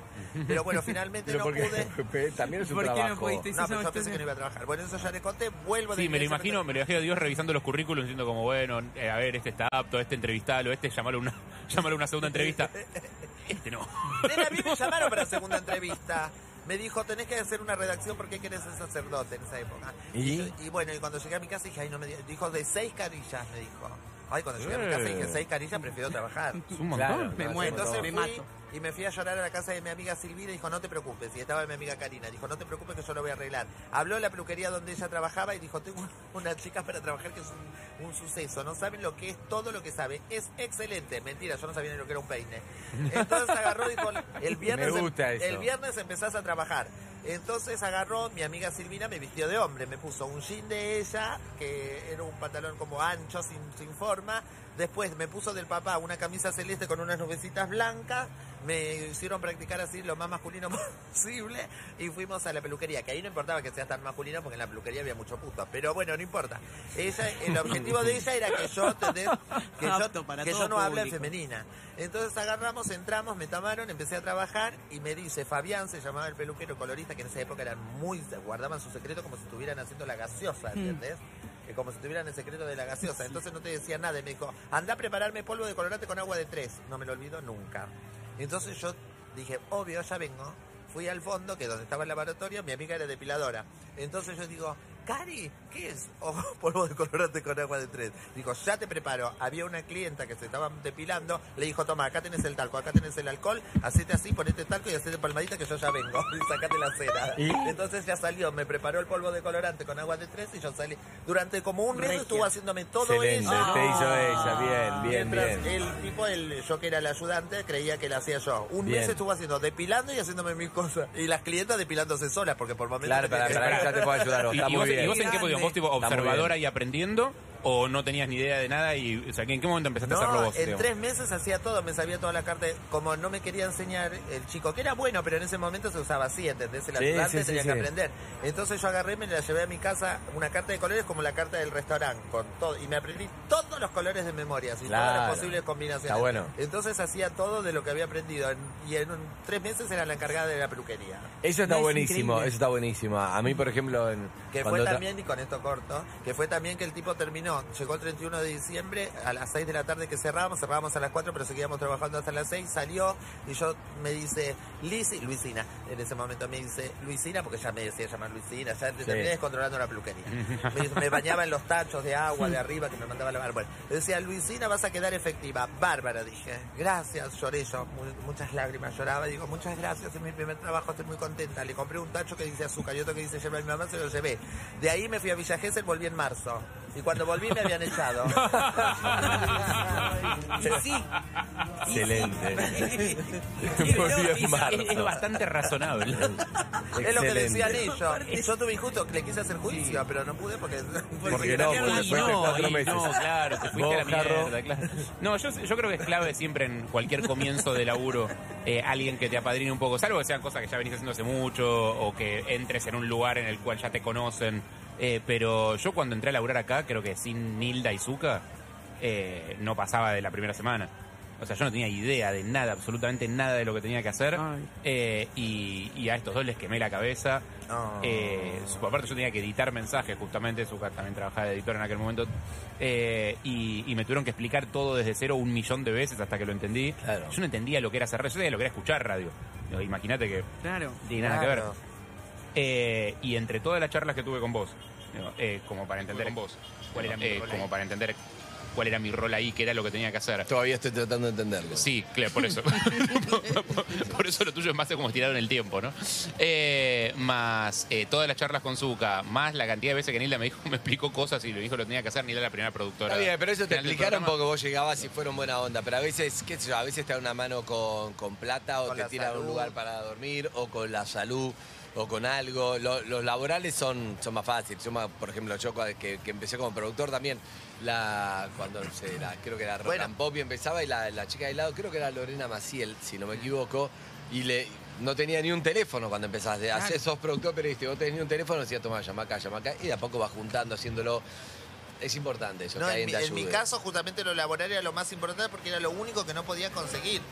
Speaker 6: Pero bueno, finalmente
Speaker 2: Pero
Speaker 6: no pude.
Speaker 2: porque también es un
Speaker 3: ¿Por qué no
Speaker 2: trabajo.
Speaker 3: pudiste?
Speaker 6: No, pero yo pensé que no iba a trabajar. Bueno, eso ya le conté, vuelvo de
Speaker 4: Sí, me lo
Speaker 6: iglesia
Speaker 4: imagino, me lo imagino a Dios revisando los currículos, diciendo como, bueno, eh, a ver, este está apto, este entrevistalo, este llamalo a una, llamalo a una segunda entrevista. Este no.
Speaker 6: Nena, a mí me llamaron para segunda entrevista. Me dijo, tenés que hacer una redacción porque querés ser sacerdote en esa época.
Speaker 2: ¿Y?
Speaker 6: yo- bueno, y cuando llegué a mi casa dije, ay, no me di-". dijo, de seis carillas, me dijo. Ay, cuando llegué a mi casa
Speaker 2: Eh.
Speaker 6: dije, seis carillas, prefiero trabajar.
Speaker 4: Es un montón.
Speaker 2: Claro,
Speaker 3: Me
Speaker 2: no,
Speaker 3: muero,
Speaker 2: no.
Speaker 6: Entonces
Speaker 3: me
Speaker 6: fui
Speaker 3: mato.
Speaker 6: y me fui a llorar a la casa de mi amiga Silvina y dijo, no te preocupes. Y estaba mi amiga Karina. Dijo, no te preocupes que yo lo voy a arreglar. Habló a la peluquería donde ella trabajaba y dijo, tengo una chica para trabajar que es un, un suceso. No saben lo que es todo lo que sabe. Es excelente. Mentira, yo no sabía ni lo que era un peine. Entonces agarró y dijo, el viernes,
Speaker 2: Me gusta
Speaker 6: em-
Speaker 2: eso.
Speaker 6: el viernes empezás a trabajar. Entonces agarró, mi amiga Silvina me vistió de hombre, me puso un jean de ella, que era un pantalón como ancho, sin, sin forma. Después me puso del papá una camisa celeste con unas nubecitas blancas. Me hicieron practicar así lo más masculino posible. Y fuimos a la peluquería, que ahí no importaba que seas tan masculino, porque en la peluquería había mucho puto. Pero bueno, no importa. Ella, el objetivo de ella era que yo, ¿entendés? que
Speaker 3: Apto
Speaker 6: yo,
Speaker 3: para
Speaker 6: que
Speaker 3: todo
Speaker 6: yo no hable en
Speaker 3: público.
Speaker 6: femenino femenina. Entonces agarramos, entramos, me tomaron, empecé a trabajar y me dice, Fabián se llamaba el peluquero colorista, que en esa época eran muy, guardaban su secreto como si estuvieran haciendo la gaseosa, ¿entendés? Que Como si tuvieran el secreto de la gaseosa. Entonces no te decía nada y me dijo, anda a prepararme polvo de colorante con agua de tres. No me lo olvido nunca. Entonces yo dije, obvio, ya vengo. Fui al fondo, que donde estaba el laboratorio, mi amiga era depiladora. Entonces yo digo, Cari, ¿qué es? Oh, polvo de colorante con agua de tres. Digo, ya te preparo. Había una clienta que se estaba depilando, le dijo, toma, acá tenés el talco, acá tenés el alcohol, hacete así, ponete talco y hacete palmadita que yo ya vengo. Y sacate la cera. Entonces ya salió, me preparó el polvo de colorante con agua de tres y yo salí. Durante como un mes
Speaker 3: Regia.
Speaker 6: estuvo haciéndome todo
Speaker 2: Excelente,
Speaker 6: eso. Ah.
Speaker 2: te hizo ella, bien, bien,
Speaker 6: Mientras
Speaker 2: bien.
Speaker 6: el tipo, el, yo que era el ayudante, creía que lo hacía yo. Un
Speaker 2: Bien.
Speaker 6: mes estuvo haciendo depilando y haciéndome mil cosas. Y las clientas depilándose solas, porque por momentos.
Speaker 2: Claro, para,
Speaker 6: tenía
Speaker 2: para,
Speaker 6: que-
Speaker 2: ya te puedo ayudar,
Speaker 4: ¿Y,
Speaker 2: está
Speaker 4: y
Speaker 2: muy
Speaker 4: vos, y
Speaker 2: bien.
Speaker 4: vos en qué podías? ¿Vos tipo
Speaker 2: Está muy
Speaker 4: observadora
Speaker 2: bien.
Speaker 4: y aprendiendo? ¿O no tenías ni idea de nada? y o sea, ¿En qué momento empezaste a hacerlo
Speaker 6: No,
Speaker 4: vos?
Speaker 6: en
Speaker 4: digamos?
Speaker 6: tres meses hacía todo, me sabía toda la carta. Como no me quería enseñar el chico, que era bueno, pero en ese momento se usaba así, ¿entendés? El
Speaker 2: Sí,
Speaker 6: ayudante
Speaker 2: sí, sí,
Speaker 6: tenía
Speaker 2: sí.
Speaker 6: que aprender. Entonces yo agarré, me la llevé a mi casa, una carta de colores como la carta del restaurante, con todo. Y me aprendí todos los colores de memoria, así, todas
Speaker 2: Claro.
Speaker 6: las posibles combinaciones.
Speaker 2: Está bueno.
Speaker 6: Entonces hacía todo de lo que había aprendido. en- y en un- tres meses era la encargada de la peluquería.
Speaker 2: Eso está
Speaker 3: No, es
Speaker 2: buenísimo,
Speaker 3: increíble.
Speaker 2: eso está buenísimo. A mí, por ejemplo, en,
Speaker 6: Que
Speaker 2: cuando
Speaker 6: fue
Speaker 2: tra-
Speaker 6: también, y con esto corto, que fue también que el tipo terminó, llegó el 31 de diciembre a las 6 de la tarde que cerrábamos, cerrábamos a las 4, pero seguíamos trabajando hasta las 6, salió y yo me dice, Lisi, Luisina, en ese momento me dice, Luisina, porque ya me decía llamar Luisina, ya te terminé descontrolando la peluquería. Me, dice, "Me bañaba en los tachos de agua de arriba que me mandaba a lavar. Bueno, decía, Luisina, vas a quedar efectiva. Bárbara, dije, gracias, lloré yo, mu- muchas lágrimas, lloraba, digo, muchas gracias, es mi primer trabajo, estoy muy contenta. Le compré un tacho que dice azúcar y otro que dice lleva a mi mamá, se lo llevé. De ahí me fui a Villa Gesell, volví en marzo. Y cuando volví me habían echado.
Speaker 3: Y sí. y
Speaker 2: Excelente.
Speaker 3: sí. Y
Speaker 2: Volvió
Speaker 3: no,
Speaker 2: en
Speaker 3: y sí.
Speaker 2: marzo.
Speaker 4: Es bastante razonable.
Speaker 6: Es lo que decían
Speaker 2: Excelente.
Speaker 6: ellos. Y yo tuve injusto, le quise hacer juicio, pero no pude porque...
Speaker 2: Porque no, porque
Speaker 4: Y
Speaker 2: después de cuatro
Speaker 4: y
Speaker 2: meses.
Speaker 4: no, claro, te fuiste a la
Speaker 2: Vos, Jarro.
Speaker 4: mierda, claro. No, yo, yo creo que es clave siempre en cualquier comienzo de laburo eh, alguien que te apadrine un poco, salvo que sean cosas que ya venís haciendo hace mucho o que entres en un lugar en el cual ya te conocen. Eh, pero yo cuando entré a laburar acá, creo que sin Nilda y Zuka, eh, no pasaba de la primera semana. O sea, yo no tenía idea de nada, absolutamente nada de lo que tenía que hacer.
Speaker 3: Ay.
Speaker 4: Eh, y, y a estos dos les quemé la cabeza.
Speaker 6: No.
Speaker 4: Eh, su- aparte yo tenía que editar mensajes, justamente, Zuka también trabajaba de editor en aquel momento, Eh, y, y me tuvieron que explicar todo desde cero un millón de veces hasta que lo entendí.
Speaker 6: Claro.
Speaker 4: Yo no entendía lo que era hacer radio, yo sabía lo que era escuchar radio. Digo, Imagínate que
Speaker 3: Claro.
Speaker 4: no tiene nada que ver.
Speaker 6: Claro.
Speaker 4: Eh, y entre todas las charlas que tuve con vos, digo, eh, como para entender cuál era mi rol Eh, como para entender cuál era mi rol ahí, qué era lo que tenía que hacer.
Speaker 2: Todavía estoy tratando de entenderlo.
Speaker 4: Sí, claro, por eso. por, por- por eso lo tuyo es más como estirado en el tiempo, ¿no? Eh, más eh, todas las charlas con Zuka, más la cantidad de veces que Nilda me dijo, me explicó cosas y lo dijo lo tenía que hacer, Nilda era la primera productora.
Speaker 2: Está bien, pero eso te
Speaker 4: final del
Speaker 2: explicaron
Speaker 4: programa.
Speaker 2: porque vos llegabas y fueron buena onda. Pero a veces, qué sé yo, a veces te dan una mano con, con plata o
Speaker 6: Con
Speaker 2: te
Speaker 6: la
Speaker 2: tiran a un
Speaker 6: salud.
Speaker 2: lugar para dormir o con la salud o con algo. Lo- los laborales son, son más fáciles. Yo, más- por ejemplo, yo cua- que, que empecé como productor también, la cuando se, la- creo que era Rock
Speaker 6: Bueno.
Speaker 2: and Pop y empezaba y la, la chica de lado, creo que era Lorena Maciel, si no me equivoco, y le... No tenía ni un teléfono cuando empezaste.
Speaker 3: Claro.
Speaker 2: Hacés, sos productor, pero viste, vos tenés ni un teléfono, decías, tomá, llama acá, llama acá. Y de a poco vas juntando, haciéndolo. Es importante eso,
Speaker 6: No,
Speaker 2: que
Speaker 6: en,
Speaker 2: alguien
Speaker 6: mi,
Speaker 2: te
Speaker 6: en mi
Speaker 2: ayude.
Speaker 6: caso, justamente lo laboral era lo más importante porque era lo único que no podía conseguir.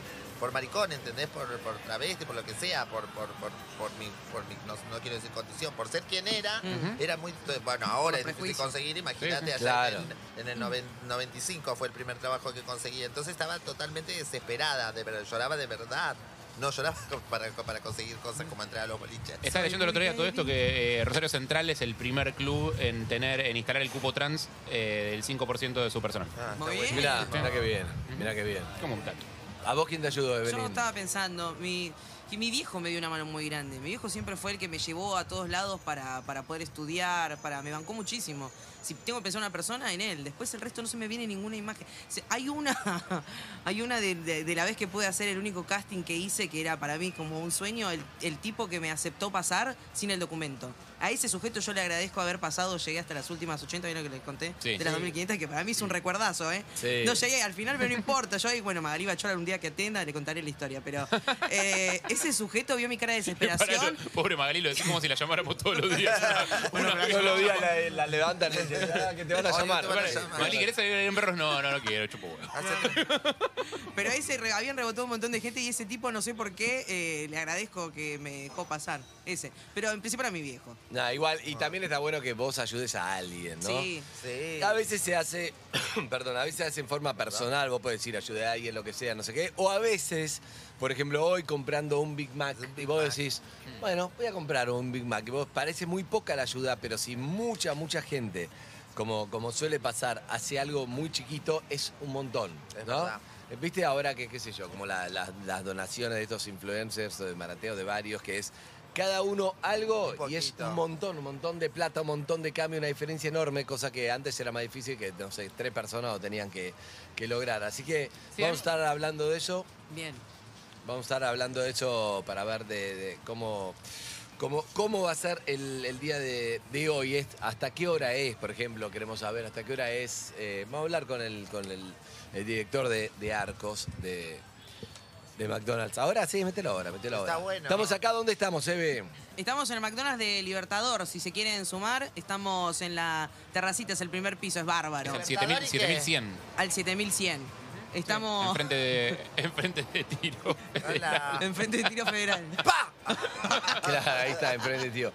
Speaker 6: Por maricón, ¿entendés? Por, por travesti, por lo que sea, por, por, por, por mi, por mi no, no quiero decir condición, por ser quien era, era muy. Bueno, ahora es difícil
Speaker 3: prejuicio.
Speaker 6: conseguir, imagínate,
Speaker 4: Sí,
Speaker 6: allá
Speaker 2: claro.
Speaker 6: en, en el noven- 95 fue el primer trabajo que conseguí. Entonces estaba totalmente desesperada, de verdad, lloraba de verdad. No lloraba para, para conseguir cosas como entrar a los boliches.
Speaker 4: Estaba leyendo el otro día todo esto que eh, Rosario Central es el primer club en tener, en instalar el cupo trans eh, del 5% de su personal.
Speaker 6: Ah,
Speaker 3: Muy
Speaker 6: está
Speaker 3: bien.
Speaker 2: Mirá,
Speaker 6: buenísimo.
Speaker 2: mirá que bien, mirá que bien.
Speaker 4: Como un tato.
Speaker 2: ¿A vos quién te ayudó, Evelyn?
Speaker 3: Yo estaba pensando, mi, que mi viejo me dio una mano muy grande. Mi viejo siempre fue el que me llevó a todos lados para, para poder estudiar, para me bancó muchísimo. Si tengo que pensar en una persona, en él. Después el resto no se me viene ninguna imagen. Se- hay una, hay una de, de- de la vez que pude hacer el único casting que hice, que era para mí como un sueño, el, el tipo que me aceptó pasar sin el documento. A ese sujeto yo le agradezco haber pasado, llegué hasta las últimas 80, ¿vieron lo que les conté?
Speaker 4: Sí.
Speaker 3: De las
Speaker 4: Sí.
Speaker 3: 2500, que para mí es un recuerdazo, ¿eh?
Speaker 2: Sí.
Speaker 3: No llegué al final, pero no importa. Yo, ahí, bueno, Magali Bachola, un día que atenda, le contaré la historia. Pero eh, ese sujeto vio mi cara de
Speaker 4: Pará,
Speaker 3: desesperación.
Speaker 4: yo- pobre Magalí, lo decís como si la llamáramos todos los días.
Speaker 2: Bueno, pero todos los días la, eh, la levantan y dicen, "Ah, que te van a
Speaker 6: Oye,
Speaker 2: llamar.
Speaker 6: te van a llamar.
Speaker 4: Magalí, ¿querés salir en perros? No, no, no quiero, chupo huevo.
Speaker 6: Hace-
Speaker 3: Pero ahí se re- habían rebotado un montón de gente y ese tipo, no sé por qué, eh, le agradezco que me dejó pasar. Ese. Pero en principio era mi viejo.
Speaker 2: Nah, igual, y también está bueno que vos ayudes a alguien, ¿no?
Speaker 3: Sí.
Speaker 6: Sí.
Speaker 2: A veces se hace, perdón, a veces se hace en forma personal, vos podés decir ayudé a alguien, lo que sea, no sé qué. O a veces, por ejemplo, hoy comprando un Big Mac y vos decís, bueno, voy a comprar un Big Mac. Y vos parece muy poca la ayuda, pero si mucha, mucha gente, como, como suele pasar, hace algo muy chiquito, es un montón,
Speaker 6: Es
Speaker 2: ¿no?
Speaker 6: verdad.
Speaker 2: Viste ahora que, qué sé yo, como la- la- las donaciones de estos influencers o de Marateo, de varios, que es cada uno algo
Speaker 6: Un
Speaker 2: y es
Speaker 6: poquito.
Speaker 2: un montón, un montón de plata, un montón de cambio, una diferencia enorme, cosa que antes era más difícil que, no sé, tres personas lo tenían que, que lograr. Así que vamos
Speaker 4: Sí,
Speaker 2: a
Speaker 4: a mí-
Speaker 2: estar hablando de eso,
Speaker 3: Bien.
Speaker 2: vamos a estar hablando de eso para ver de, de cómo... Cómo, ¿Cómo va a ser el, el día de, de hoy? Es- ¿Hasta qué hora es, por ejemplo? Queremos saber hasta qué hora es. eh, vamos a hablar con el, con el, el director de, de Arcos de, de McDonald's. Ahora sí, mételo ahora, mételo
Speaker 6: Está
Speaker 2: ahora.
Speaker 6: bueno.
Speaker 2: Estamos acá, ¿dónde estamos, Eve?
Speaker 3: Estamos en el McDonald's de Libertador, si se quieren sumar. Estamos en la terracita, es el primer piso, es bárbaro.
Speaker 4: Es el 7000 7100.
Speaker 3: Al 7100.
Speaker 2: Ah.
Speaker 3: Estamos
Speaker 4: Enfrente de, enfrente de tiro.
Speaker 6: Hola.
Speaker 3: enfrente de Tiro Federal.
Speaker 2: Claro, ahí está, enfrente, tío.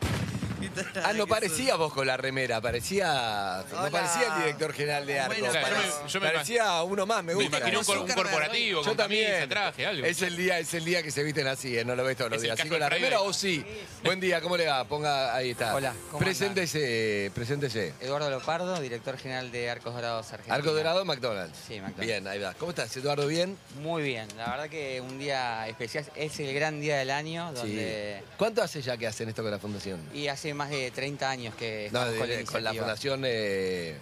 Speaker 2: Ah, no parecía vos con la remera, parecía. No
Speaker 6: Hola.
Speaker 2: parecía el director general de Arco.
Speaker 3: Bueno,
Speaker 4: O sea, yo me-
Speaker 2: parecía,
Speaker 4: yo me-
Speaker 2: parecía uno más, me
Speaker 4: Me
Speaker 2: gusta.
Speaker 4: imaginé un, cor- un
Speaker 3: Zuckerberg.
Speaker 4: corporativo
Speaker 2: yo
Speaker 4: con camisa,
Speaker 2: también.
Speaker 4: traje, algo.
Speaker 2: Es el día, es el día que se visten así, ¿eh? no lo ves todos los
Speaker 4: Es el
Speaker 2: días. Así
Speaker 4: casco
Speaker 2: con la
Speaker 4: de Friday.
Speaker 2: remera o sí. Buen día, ¿cómo le va? Ponga, ahí está.
Speaker 1: Hola, ¿cómo
Speaker 2: Preséntese, preséntese.
Speaker 1: Eduardo Lopardo, director general de Arcos Dorados Argentina.
Speaker 2: Arco Dorado, McDonald's.
Speaker 1: Sí, McDonald's.
Speaker 2: Bien, ahí va. ¿Cómo estás, Eduardo? ¿Bien?
Speaker 1: Muy bien, la verdad que un día especial, es el gran día del año donde...
Speaker 2: ¿Cuánto hace ya que hacen esto con la fundación?
Speaker 1: Y hace más de 30 años que
Speaker 2: No,
Speaker 1: estamos
Speaker 2: de-
Speaker 1: con la
Speaker 2: de- con la
Speaker 1: iniciativa.
Speaker 2: fundación. eh,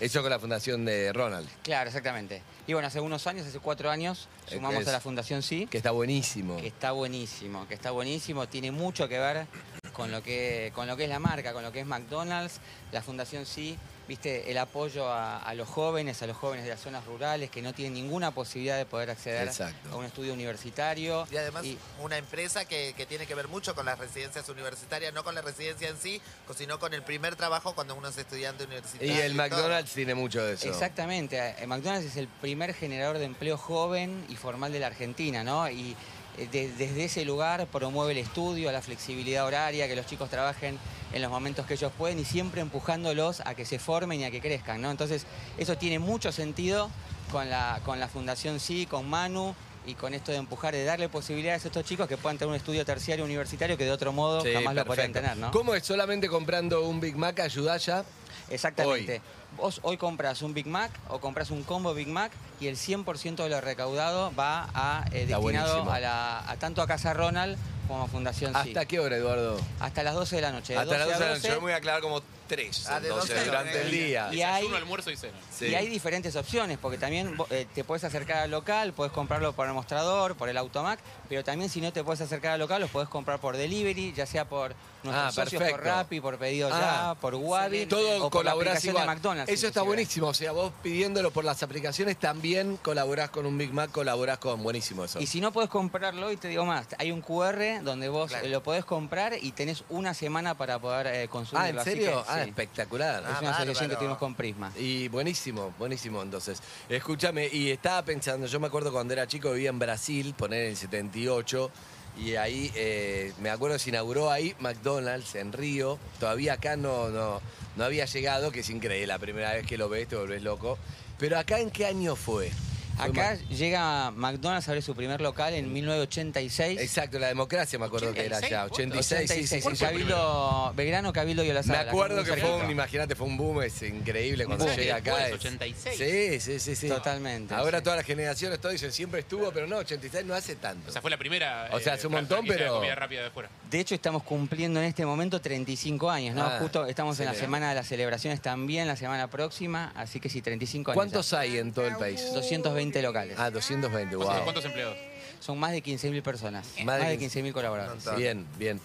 Speaker 2: eso con la fundación de Ronald,
Speaker 1: Claro, exactamente. Y bueno, hace unos años, hace cuatro años,
Speaker 2: Eh,
Speaker 1: sumamos
Speaker 2: es-
Speaker 1: a la Fundación Sí,
Speaker 2: que está buenísimo.
Speaker 1: que está buenísimo, que está buenísimo, tiene mucho que ver con lo que, con lo que es la marca, con lo que es McDonald's. La Fundación Sí viste, el apoyo a, a los jóvenes, a los jóvenes de las zonas rurales que no tienen ninguna posibilidad de poder acceder
Speaker 8: Exacto.
Speaker 1: a un estudio universitario.
Speaker 6: Y además una empresa que, que tiene que ver mucho con las residencias universitarias, no con la residencia en sí, sino con el primer trabajo cuando uno es estudiante
Speaker 2: Y
Speaker 6: universitario.
Speaker 2: el
Speaker 6: todo.
Speaker 2: McDonald's tiene mucho de eso.
Speaker 1: Exactamente. eh, McDonald's es el primer generador de empleo joven y formal de la Argentina, ¿no? Y eh, de- desde ese lugar promueve el estudio, la flexibilidad horaria, que los chicos trabajen en los momentos que ellos pueden y siempre empujándolos a que se formen y a que crezcan, ¿no? Entonces, eso tiene mucho sentido con la, con la Fundación Sí, con Manu y con esto de empujar, de darle posibilidades a estos chicos que puedan tener un estudio terciario universitario que de otro modo
Speaker 2: Sí,
Speaker 1: jamás lo podrían
Speaker 2: perfecto.
Speaker 1: tener, ¿no?
Speaker 2: ¿Cómo es? ¿Solamente comprando un Big Mac ayudás ya?
Speaker 1: Exactamente. Vos hoy compras un Big Mac o compras un combo Big Mac y el 100% de lo recaudado va a, eh,
Speaker 2: Está
Speaker 1: destinado
Speaker 2: buenísimo.
Speaker 1: a, la, a tanto a Casa Ronald como a Fundación Sí.
Speaker 2: ¿Hasta qué hora, Eduardo?
Speaker 1: Hasta las 12 de la noche. de
Speaker 8: Hasta las 12 de la
Speaker 1: 12.
Speaker 8: noche. Yo me voy a aclarar como 3.
Speaker 6: Ah, de 12 a
Speaker 8: Entonces, durante el
Speaker 6: doce.
Speaker 8: día.
Speaker 1: Y hay,
Speaker 4: Desayuno, almuerzo y cena.
Speaker 8: Sí.
Speaker 1: y hay diferentes opciones, porque también vo- eh, te puedes acercar al local, puedes comprarlo por el mostrador, por el Automac, pero también si no te puedes acercar al local, los puedes comprar por delivery, ya sea por nuestros
Speaker 2: Ah,
Speaker 1: socios, por
Speaker 2: perfecto.
Speaker 1: Rappi, por pedido
Speaker 2: Ah,
Speaker 1: ya, por Wabi,
Speaker 2: Todo
Speaker 1: o por la
Speaker 2: colaborás
Speaker 1: aplicación de
Speaker 2: igual.
Speaker 1: McDonald's.
Speaker 2: Eso está
Speaker 1: inclusive.
Speaker 2: buenísimo. O sea, vos pidiéndolo por las aplicaciones también colaborás con un Big Mac, colaborás con. Buenísimo eso.
Speaker 1: Y si no podés comprarlo, y te digo más, hay un QR donde vos
Speaker 6: Claro.
Speaker 1: eh, lo podés comprar y tenés una semana para poder eh, consumirlo.
Speaker 2: ah, ¿en
Speaker 1: así
Speaker 2: serio?
Speaker 1: que,
Speaker 2: ah,
Speaker 1: sí.
Speaker 2: espectacular.
Speaker 1: Es
Speaker 6: Ah,
Speaker 1: una asociación
Speaker 6: bárbaro.
Speaker 1: que tuvimos con Prisma.
Speaker 2: Y buenísimo, buenísimo entonces. Escúchame, y estaba pensando, yo me acuerdo cuando era chico, vivía en Brasil, poner el 78, y ahí, eh, me acuerdo, se inauguró ahí McDonald's en Río, todavía acá no, no, no había llegado, que es increíble, la primera vez que lo ves te volvés loco. Pero acá, ¿en qué año fue? Fue
Speaker 1: Acá
Speaker 2: Mac-
Speaker 1: llega McDonald's, abre su primer local en 1986.
Speaker 2: Exacto, la democracia me acuerdo que era ya, 86, sí, sí, sí,
Speaker 1: en
Speaker 2: sí.
Speaker 1: Cabildo, Belgrano, Cabildo y
Speaker 2: Me
Speaker 1: Olazábal. acá
Speaker 2: acuerdo
Speaker 1: muy
Speaker 2: que fue
Speaker 1: cerquita.
Speaker 2: un, imagínate, fue un boom, es increíble cuando
Speaker 4: boom.
Speaker 2: llega acá.
Speaker 4: Después,
Speaker 2: es-
Speaker 4: 86.
Speaker 2: Sí, sí, sí, sí.
Speaker 1: Totalmente,
Speaker 2: Ahora
Speaker 1: sí.
Speaker 2: todas las generaciones todos dicen siempre estuvo, pero no, 86 no hace tanto.
Speaker 4: O sea, fue la primera.
Speaker 2: O sea, hace un
Speaker 4: fra-
Speaker 2: montón,
Speaker 4: franquicia de
Speaker 2: pero-
Speaker 4: comida rápida de afuera.
Speaker 1: De hecho, estamos cumpliendo en este momento 35 años, ¿no?
Speaker 2: Ah,
Speaker 1: Justo estamos en la
Speaker 2: excelente.
Speaker 1: semana de las celebraciones también, la semana próxima, así que sí, 35 años.
Speaker 2: ¿Cuántos
Speaker 1: ya.
Speaker 2: hay en todo el país?
Speaker 1: 220 locales.
Speaker 2: Ah, 220,
Speaker 4: ¿Cuántos,
Speaker 2: wow.
Speaker 4: cuántos empleados?
Speaker 1: Son más de 15.000 personas.
Speaker 2: Más
Speaker 1: Más
Speaker 2: de
Speaker 1: de
Speaker 2: 15.000
Speaker 1: 15.000 colaboradores.
Speaker 2: Bien, bien.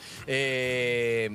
Speaker 2: Eh,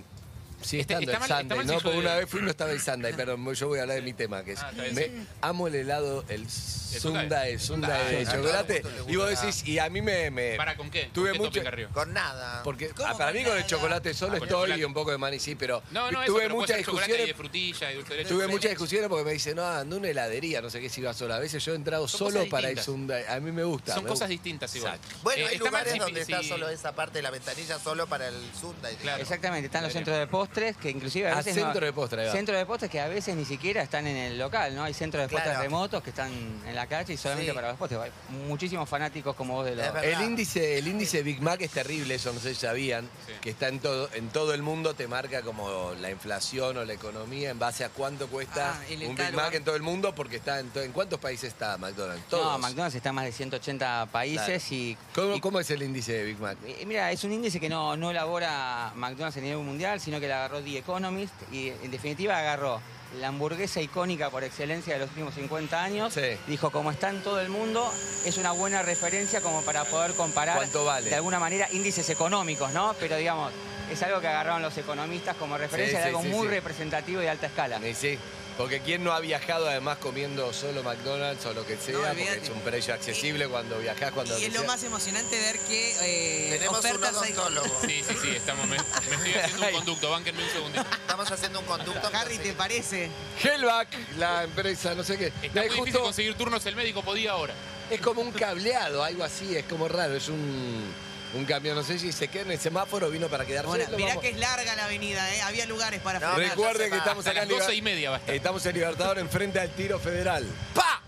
Speaker 2: sigue
Speaker 4: Este-
Speaker 2: estando
Speaker 4: está
Speaker 2: el
Speaker 4: mal- está
Speaker 2: Sunday,
Speaker 4: mal
Speaker 2: ¿no?
Speaker 4: si yo
Speaker 2: Porque una
Speaker 4: de-
Speaker 2: vez fui y no estaba el Sunday, perdón, yo voy a hablar de mi tema, que es...
Speaker 4: Ah, está bien,
Speaker 2: me-
Speaker 4: sí.
Speaker 2: amo el helado, el Sunda, el Sunda
Speaker 4: Sundae,
Speaker 2: de
Speaker 4: claro.
Speaker 2: chocolate.
Speaker 6: ¿Cuánto te
Speaker 2: Y vos
Speaker 6: gusta?
Speaker 2: decís, y a mí me... me-
Speaker 4: ¿Para con qué? ¿Con
Speaker 2: Eh, Tuve
Speaker 4: qué
Speaker 2: mucho...
Speaker 4: topping arriba?
Speaker 6: Con nada.
Speaker 2: Porque ah, para mí con el chocolate solo
Speaker 4: Ah, con
Speaker 2: estoy
Speaker 4: chocolate.
Speaker 2: y un poco de maní, sí, pero
Speaker 4: No, no, eso,
Speaker 2: tuve
Speaker 4: pero puede
Speaker 2: muchas
Speaker 4: ser chocolate y
Speaker 2: discusiones
Speaker 4: de frutilla y dulce de leche.
Speaker 2: Tuve muchas discusiones porque me dicen, no, ando a una heladería, no sé qué si iba solo. A veces yo he entrado
Speaker 4: Son
Speaker 2: solo
Speaker 4: cosas
Speaker 2: para ir
Speaker 4: distintas.
Speaker 2: a un da- A mí me gusta.
Speaker 4: Son
Speaker 2: me
Speaker 4: cosas
Speaker 2: gusta.
Speaker 4: distintas igual.
Speaker 6: Bueno,
Speaker 4: Eh,
Speaker 6: hay
Speaker 4: está mal
Speaker 6: lugares
Speaker 4: si-
Speaker 6: donde
Speaker 4: si-
Speaker 6: está solo esa parte de la ventanilla solo para el Sunday.
Speaker 4: Claro.
Speaker 1: Exactamente, están los centros de postres que inclusive a
Speaker 2: Ah,
Speaker 1: veces
Speaker 2: centro de postres, ahí va.
Speaker 1: centros de postres que a veces ni siquiera están en el local, ¿no? Hay centros de postres
Speaker 6: Claro.
Speaker 1: remotos que están en la calle y solamente
Speaker 6: Sí.
Speaker 1: para los postres. Hay muchísimos fanáticos como vos de los
Speaker 6: Es verdad.
Speaker 2: El índice, el índice Big Mac es terrible, eso no sé si sabían,
Speaker 4: Sí.
Speaker 2: que está en todo, en todo el mundo, te marca como la inflación o la economía en base a cuánto cuesta
Speaker 3: Ah, el
Speaker 2: un Big
Speaker 3: catálogo.
Speaker 2: Mac en todo el mundo, porque está en, to- ¿en cuántos países está McDonald's. Todos.
Speaker 1: No, McDonald's está en más de 180 países y
Speaker 2: ¿Cómo, cómo es el índice de Big Mac?
Speaker 1: Eh, Mira, es un índice que no, no elabora McDonald's a nivel mundial, sino que la agarró The Economist y en definitiva agarró la hamburguesa icónica por excelencia de los últimos 50 años.
Speaker 2: Sí.
Speaker 1: Dijo, como está en todo el mundo, es una buena referencia como para poder comparar
Speaker 2: ¿Cuánto vale?
Speaker 1: de alguna manera índices económicos, ¿no? Pero digamos, es algo que agarraron los economistas como referencia
Speaker 2: Sí,
Speaker 1: de
Speaker 2: sí,
Speaker 1: algo
Speaker 2: sí,
Speaker 1: muy
Speaker 2: sí. Eh,
Speaker 1: representativo y de alta escala.
Speaker 2: Y sí, porque quién no ha viajado además comiendo solo McDonald's o lo que sea, porque
Speaker 3: olvídate.
Speaker 2: es un precio accesible cuando viajás, cuando
Speaker 3: Y es lo
Speaker 2: deseas.
Speaker 3: más emocionante ver que eh,
Speaker 6: Tenemos un
Speaker 3: ofertas hay.
Speaker 6: odontólogo.
Speaker 4: Sí, sí, sí, estamos. Me, me estoy haciendo un conducto, bánquenme un segundito.
Speaker 6: Estamos haciendo un conducto.
Speaker 3: Harry, ¿te parece?
Speaker 2: Hellback, la empresa, no sé qué.
Speaker 4: Está
Speaker 2: No,
Speaker 4: muy
Speaker 2: es,
Speaker 4: difícil
Speaker 2: justo,
Speaker 4: conseguir turnos, el médico podía ahora.
Speaker 2: es como un cableado, algo así, es como raro, es un, un camión. No sé si se queda en el semáforo o vino para quedarse.
Speaker 3: Bueno,
Speaker 2: Lo
Speaker 3: mirá
Speaker 2: vamos-
Speaker 3: que es larga la avenida, ¿eh? Había lugares para
Speaker 6: No,
Speaker 3: frenar.
Speaker 6: recuerda-
Speaker 2: Recuerden
Speaker 6: ya se
Speaker 2: que
Speaker 6: va.
Speaker 2: estamos
Speaker 4: Hasta
Speaker 2: acá
Speaker 4: las
Speaker 2: en Liber-
Speaker 4: 12 y media va a estar.
Speaker 2: Estamos en Libertador enfrente al tiro federal. ¡Pa!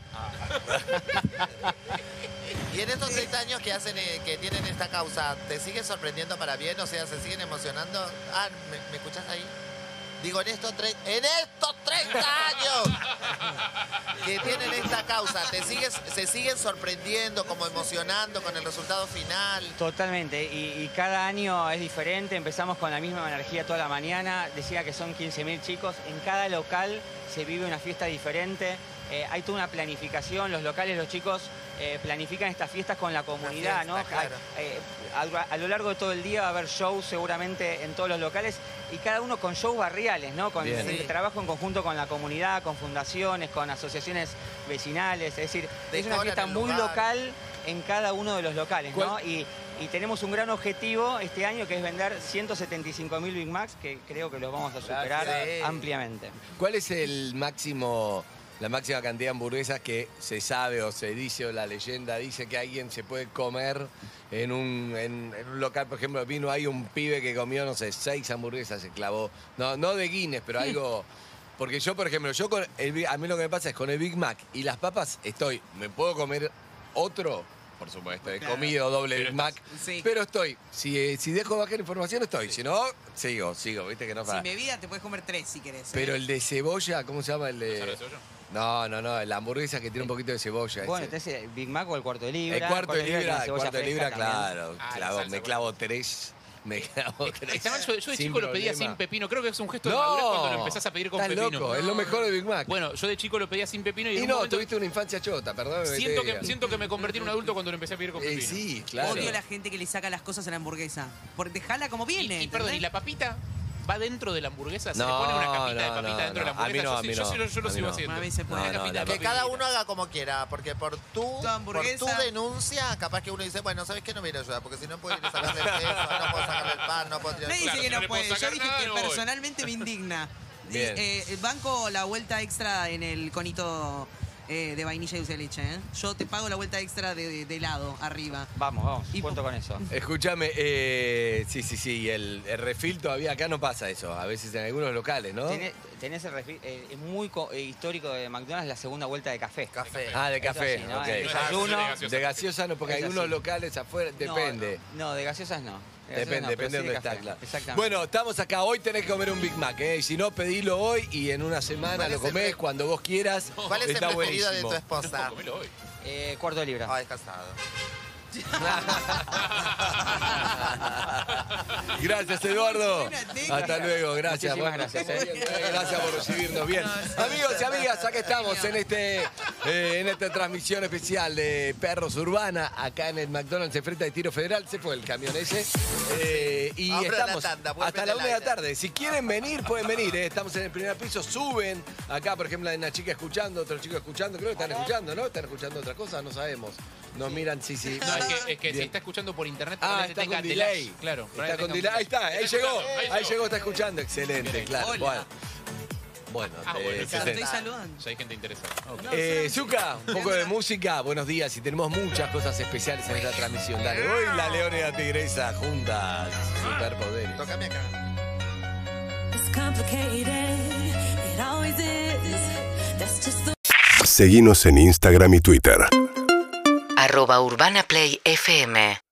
Speaker 6: Y en estos seis años que hacen, eh, que tienen esta causa, ¿te sigue sorprendiendo para bien? O sea, ¿se siguen emocionando? Ah, ¿me, me escuchás ahí? Digo, en estos, tre- en estos 30 años que tienen esta causa, ¿te sigues, ¿se siguen sorprendiendo, como emocionando con el resultado final?
Speaker 1: Totalmente, y, y cada año es diferente, empezamos con la misma energía toda la mañana, decía que son 15.000 chicos, en cada local se vive una fiesta diferente, Eh, hay toda una planificación, los locales, los chicos eh, planifican estas fiestas con la
Speaker 6: fiesta,
Speaker 1: comunidad, ¿no?
Speaker 6: claro.
Speaker 1: A, eh, a- a lo largo de todo el día va a haber shows seguramente en todos los locales y cada uno con shows barriales, ¿no? Con
Speaker 6: Bien.
Speaker 1: el
Speaker 6: Sí.
Speaker 1: trabajo en conjunto con la comunidad, con fundaciones, con asociaciones vecinales, es decir, es una
Speaker 6: Decoran
Speaker 1: fiesta
Speaker 6: el
Speaker 1: muy
Speaker 6: lugar.
Speaker 1: local en cada uno de los locales, ¿no?
Speaker 2: ¿Cuál-
Speaker 1: Y, y tenemos un gran objetivo este año que es vender 175.000 Big Macs, que creo que los vamos a superar
Speaker 6: Gracias.
Speaker 1: ampliamente.
Speaker 2: ¿Cuál es el máximo, la máxima cantidad de hamburguesas que se sabe o se dice o la leyenda dice que alguien se puede comer en un, en, en un local? Por ejemplo, vino ahí un pibe que comió, no sé, seis hamburguesas, se clavó. No, no de Guinness, pero algo... Porque yo, por ejemplo, yo con el Big- a mí lo que me pasa es con el Big Mac y las papas estoy, ¿me puedo comer otro? Por supuesto, he
Speaker 3: Claro.
Speaker 2: comido doble Big Mac.
Speaker 3: Sí.
Speaker 2: Pero estoy, si, eh, si dejo bajar información estoy, si no, sigo, sigo, viste que no para.
Speaker 3: Sin bebida te puedes comer tres si querés. ¿eh?
Speaker 2: Pero el de cebolla, ¿cómo se llama el de.?
Speaker 4: ¿Gonzalo de Soyo?
Speaker 2: No, no, no, la hamburguesa que tiene un poquito de cebolla.
Speaker 1: Bueno,
Speaker 2: ese.
Speaker 1: entonces el Big Mac o el cuarto de libra.
Speaker 2: el cuarto de
Speaker 1: con
Speaker 2: libra, el
Speaker 1: cebolla
Speaker 2: cuarto de
Speaker 1: fresca
Speaker 2: libra,
Speaker 1: también.
Speaker 2: claro.
Speaker 4: Ah, la
Speaker 2: clavo-
Speaker 4: salsa,
Speaker 2: me clavo tres, me clavo tres.
Speaker 4: Está mal, yo, yo de
Speaker 2: sin
Speaker 4: chico lo pedía
Speaker 2: problema.
Speaker 4: sin pepino. Creo que es un gesto de madurez
Speaker 2: No,
Speaker 4: cuando lo empezás a pedir con
Speaker 2: estás
Speaker 4: pepino.
Speaker 2: loco, es lo mejor de Big Mac.
Speaker 4: Bueno, yo de chico lo pedía sin pepino y, en
Speaker 2: y
Speaker 4: un
Speaker 2: no,
Speaker 4: momento
Speaker 2: tuviste una infancia chota, perdón.
Speaker 4: siento, que, siento que me convertí en un adulto cuando lo empecé a pedir con pepino.
Speaker 2: sí, claro.
Speaker 3: Odio a la gente que le saca las cosas a la hamburguesa. Porque dejala como
Speaker 4: Y-
Speaker 3: viene.
Speaker 4: Y, perdón,
Speaker 3: ¿entendés?
Speaker 4: ¿y la papita va dentro de la hamburguesa? ¿Se le
Speaker 2: No,
Speaker 4: pone una capita de
Speaker 2: no,
Speaker 4: papita
Speaker 2: no,
Speaker 4: dentro de la
Speaker 2: no. A mí no,
Speaker 4: hamburguesa? Yo
Speaker 2: a
Speaker 4: sí-
Speaker 2: mí
Speaker 4: yo,
Speaker 2: no.
Speaker 4: sí lo- yo lo
Speaker 2: A mí
Speaker 4: sigo
Speaker 2: no.
Speaker 4: haciendo.
Speaker 3: A mí se puede.
Speaker 4: Una
Speaker 2: No, no,
Speaker 4: capita
Speaker 2: la
Speaker 4: de
Speaker 6: Que
Speaker 4: papita.
Speaker 6: cada uno haga como quiera, porque por tu,
Speaker 3: Tu hamburguesa.
Speaker 6: por tu denuncia, capaz que uno dice, bueno, ¿sabes qué? No me iré a ayudar, porque si no puedo ir a sacarle el queso, no puedo sacarle el pan, no puedo tirar
Speaker 3: Me dice
Speaker 4: Claro,
Speaker 3: que
Speaker 4: yo
Speaker 3: no,
Speaker 4: no le puedo
Speaker 3: puede. Yo
Speaker 4: sacar
Speaker 3: dije
Speaker 4: nada,
Speaker 3: que
Speaker 4: no voy.
Speaker 3: personalmente me indigna. Y,
Speaker 2: Bien.
Speaker 3: eh, banco la vuelta extra en el conito eh, de vainilla y dulce de leche. ¿eh? Yo te pago la vuelta extra de, de- de helado arriba.
Speaker 1: Vamos, vamos,
Speaker 3: Y-
Speaker 1: cuento con eso.
Speaker 2: Escúchame, eh, sí, sí, sí, el, el refil todavía acá no pasa eso. A veces en algunos locales, ¿no?
Speaker 1: Tenés, tenés el refi- eh, es muy co- eh, histórico de McDonald's la segunda vuelta de café.
Speaker 6: café.
Speaker 2: Ah, de
Speaker 1: Eso
Speaker 2: café,
Speaker 1: sí, ¿no?
Speaker 2: ok.
Speaker 1: El
Speaker 4: desayuno.
Speaker 2: De gaseosa no, porque hay
Speaker 1: Es
Speaker 2: unos
Speaker 1: así.
Speaker 2: locales afuera,
Speaker 1: No,
Speaker 2: depende.
Speaker 1: No, no, de gaseosas no. De gaseosas
Speaker 2: Depende,
Speaker 1: no, pero
Speaker 2: depende
Speaker 1: sí
Speaker 2: de dónde
Speaker 1: de café.
Speaker 2: está, claro.
Speaker 1: Exactamente.
Speaker 2: Bueno, estamos acá. Hoy tenés que comer un Big Mac, ¿eh? Y si no, pedilo hoy y en una semana
Speaker 6: ¿Cuál
Speaker 2: lo
Speaker 6: es el
Speaker 2: comés
Speaker 6: pre-
Speaker 2: cuando vos quieras.
Speaker 6: ¿Cuál es el
Speaker 2: Está
Speaker 6: preferido de
Speaker 2: buenísimo.
Speaker 6: tu esposa?
Speaker 4: Comelo hoy.
Speaker 1: Eh, cuarto de libra.
Speaker 6: Ay, casado.
Speaker 2: Gracias, Eduardo.
Speaker 3: Buena
Speaker 2: Hasta
Speaker 1: técnica.
Speaker 2: luego, gracias. Bueno,
Speaker 1: Muchísimas gracias,
Speaker 2: estamos
Speaker 1: eh.
Speaker 2: bien, eh, Gracias por recibirnos bien. Amigos y amigas, acá estamos en este eh, en esta transmisión especial de Perros Urbana, acá en el McDonald's enfrente de Tiro Federal. Se fue el camión ese. Eh, y
Speaker 6: Abro la
Speaker 2: estamos
Speaker 6: tanda, vuelve
Speaker 2: hasta la
Speaker 6: al
Speaker 2: una de la
Speaker 6: aire.
Speaker 2: tarde. Si quieren venir, pueden venir. eh. Estamos en el primer piso, suben. Acá, por ejemplo, hay una chica escuchando, otro chico escuchando. Creo que están escuchando, ¿no? Están escuchando otra cosa, no sabemos. Nos miran, sí, sí.
Speaker 4: No, es que, es que si
Speaker 2: Bien.
Speaker 4: está escuchando por internet,
Speaker 2: Ah,
Speaker 4: probablemente
Speaker 2: está con
Speaker 4: tenga
Speaker 2: delay.
Speaker 4: delay. Claro.
Speaker 2: Está
Speaker 4: probablemente
Speaker 2: con
Speaker 4: tenga un
Speaker 2: delay. Ahí está, ahí
Speaker 4: Está
Speaker 2: llegó.
Speaker 4: escuchando, ahí
Speaker 2: Ahí
Speaker 4: llegó.
Speaker 2: llegó, está escuchando. Excelente,
Speaker 4: Bien.
Speaker 2: claro.
Speaker 3: Hola.
Speaker 2: Bueno,
Speaker 4: Ah, bueno,
Speaker 2: eh,
Speaker 4: está.
Speaker 2: excelente.
Speaker 3: Estoy saludando.
Speaker 4: Ya hay gente interesada.
Speaker 2: Eh, Zuka, un poco de música, buenos días. Y tenemos muchas cosas especiales en esta transmisión. Dale, hoy la leona y la tigresa juntas.
Speaker 4: Ah.
Speaker 2: Superpoderes.
Speaker 6: Tócame acá.
Speaker 9: Seguinos en Instagram y Twitter.
Speaker 10: arroba urbanaplayfm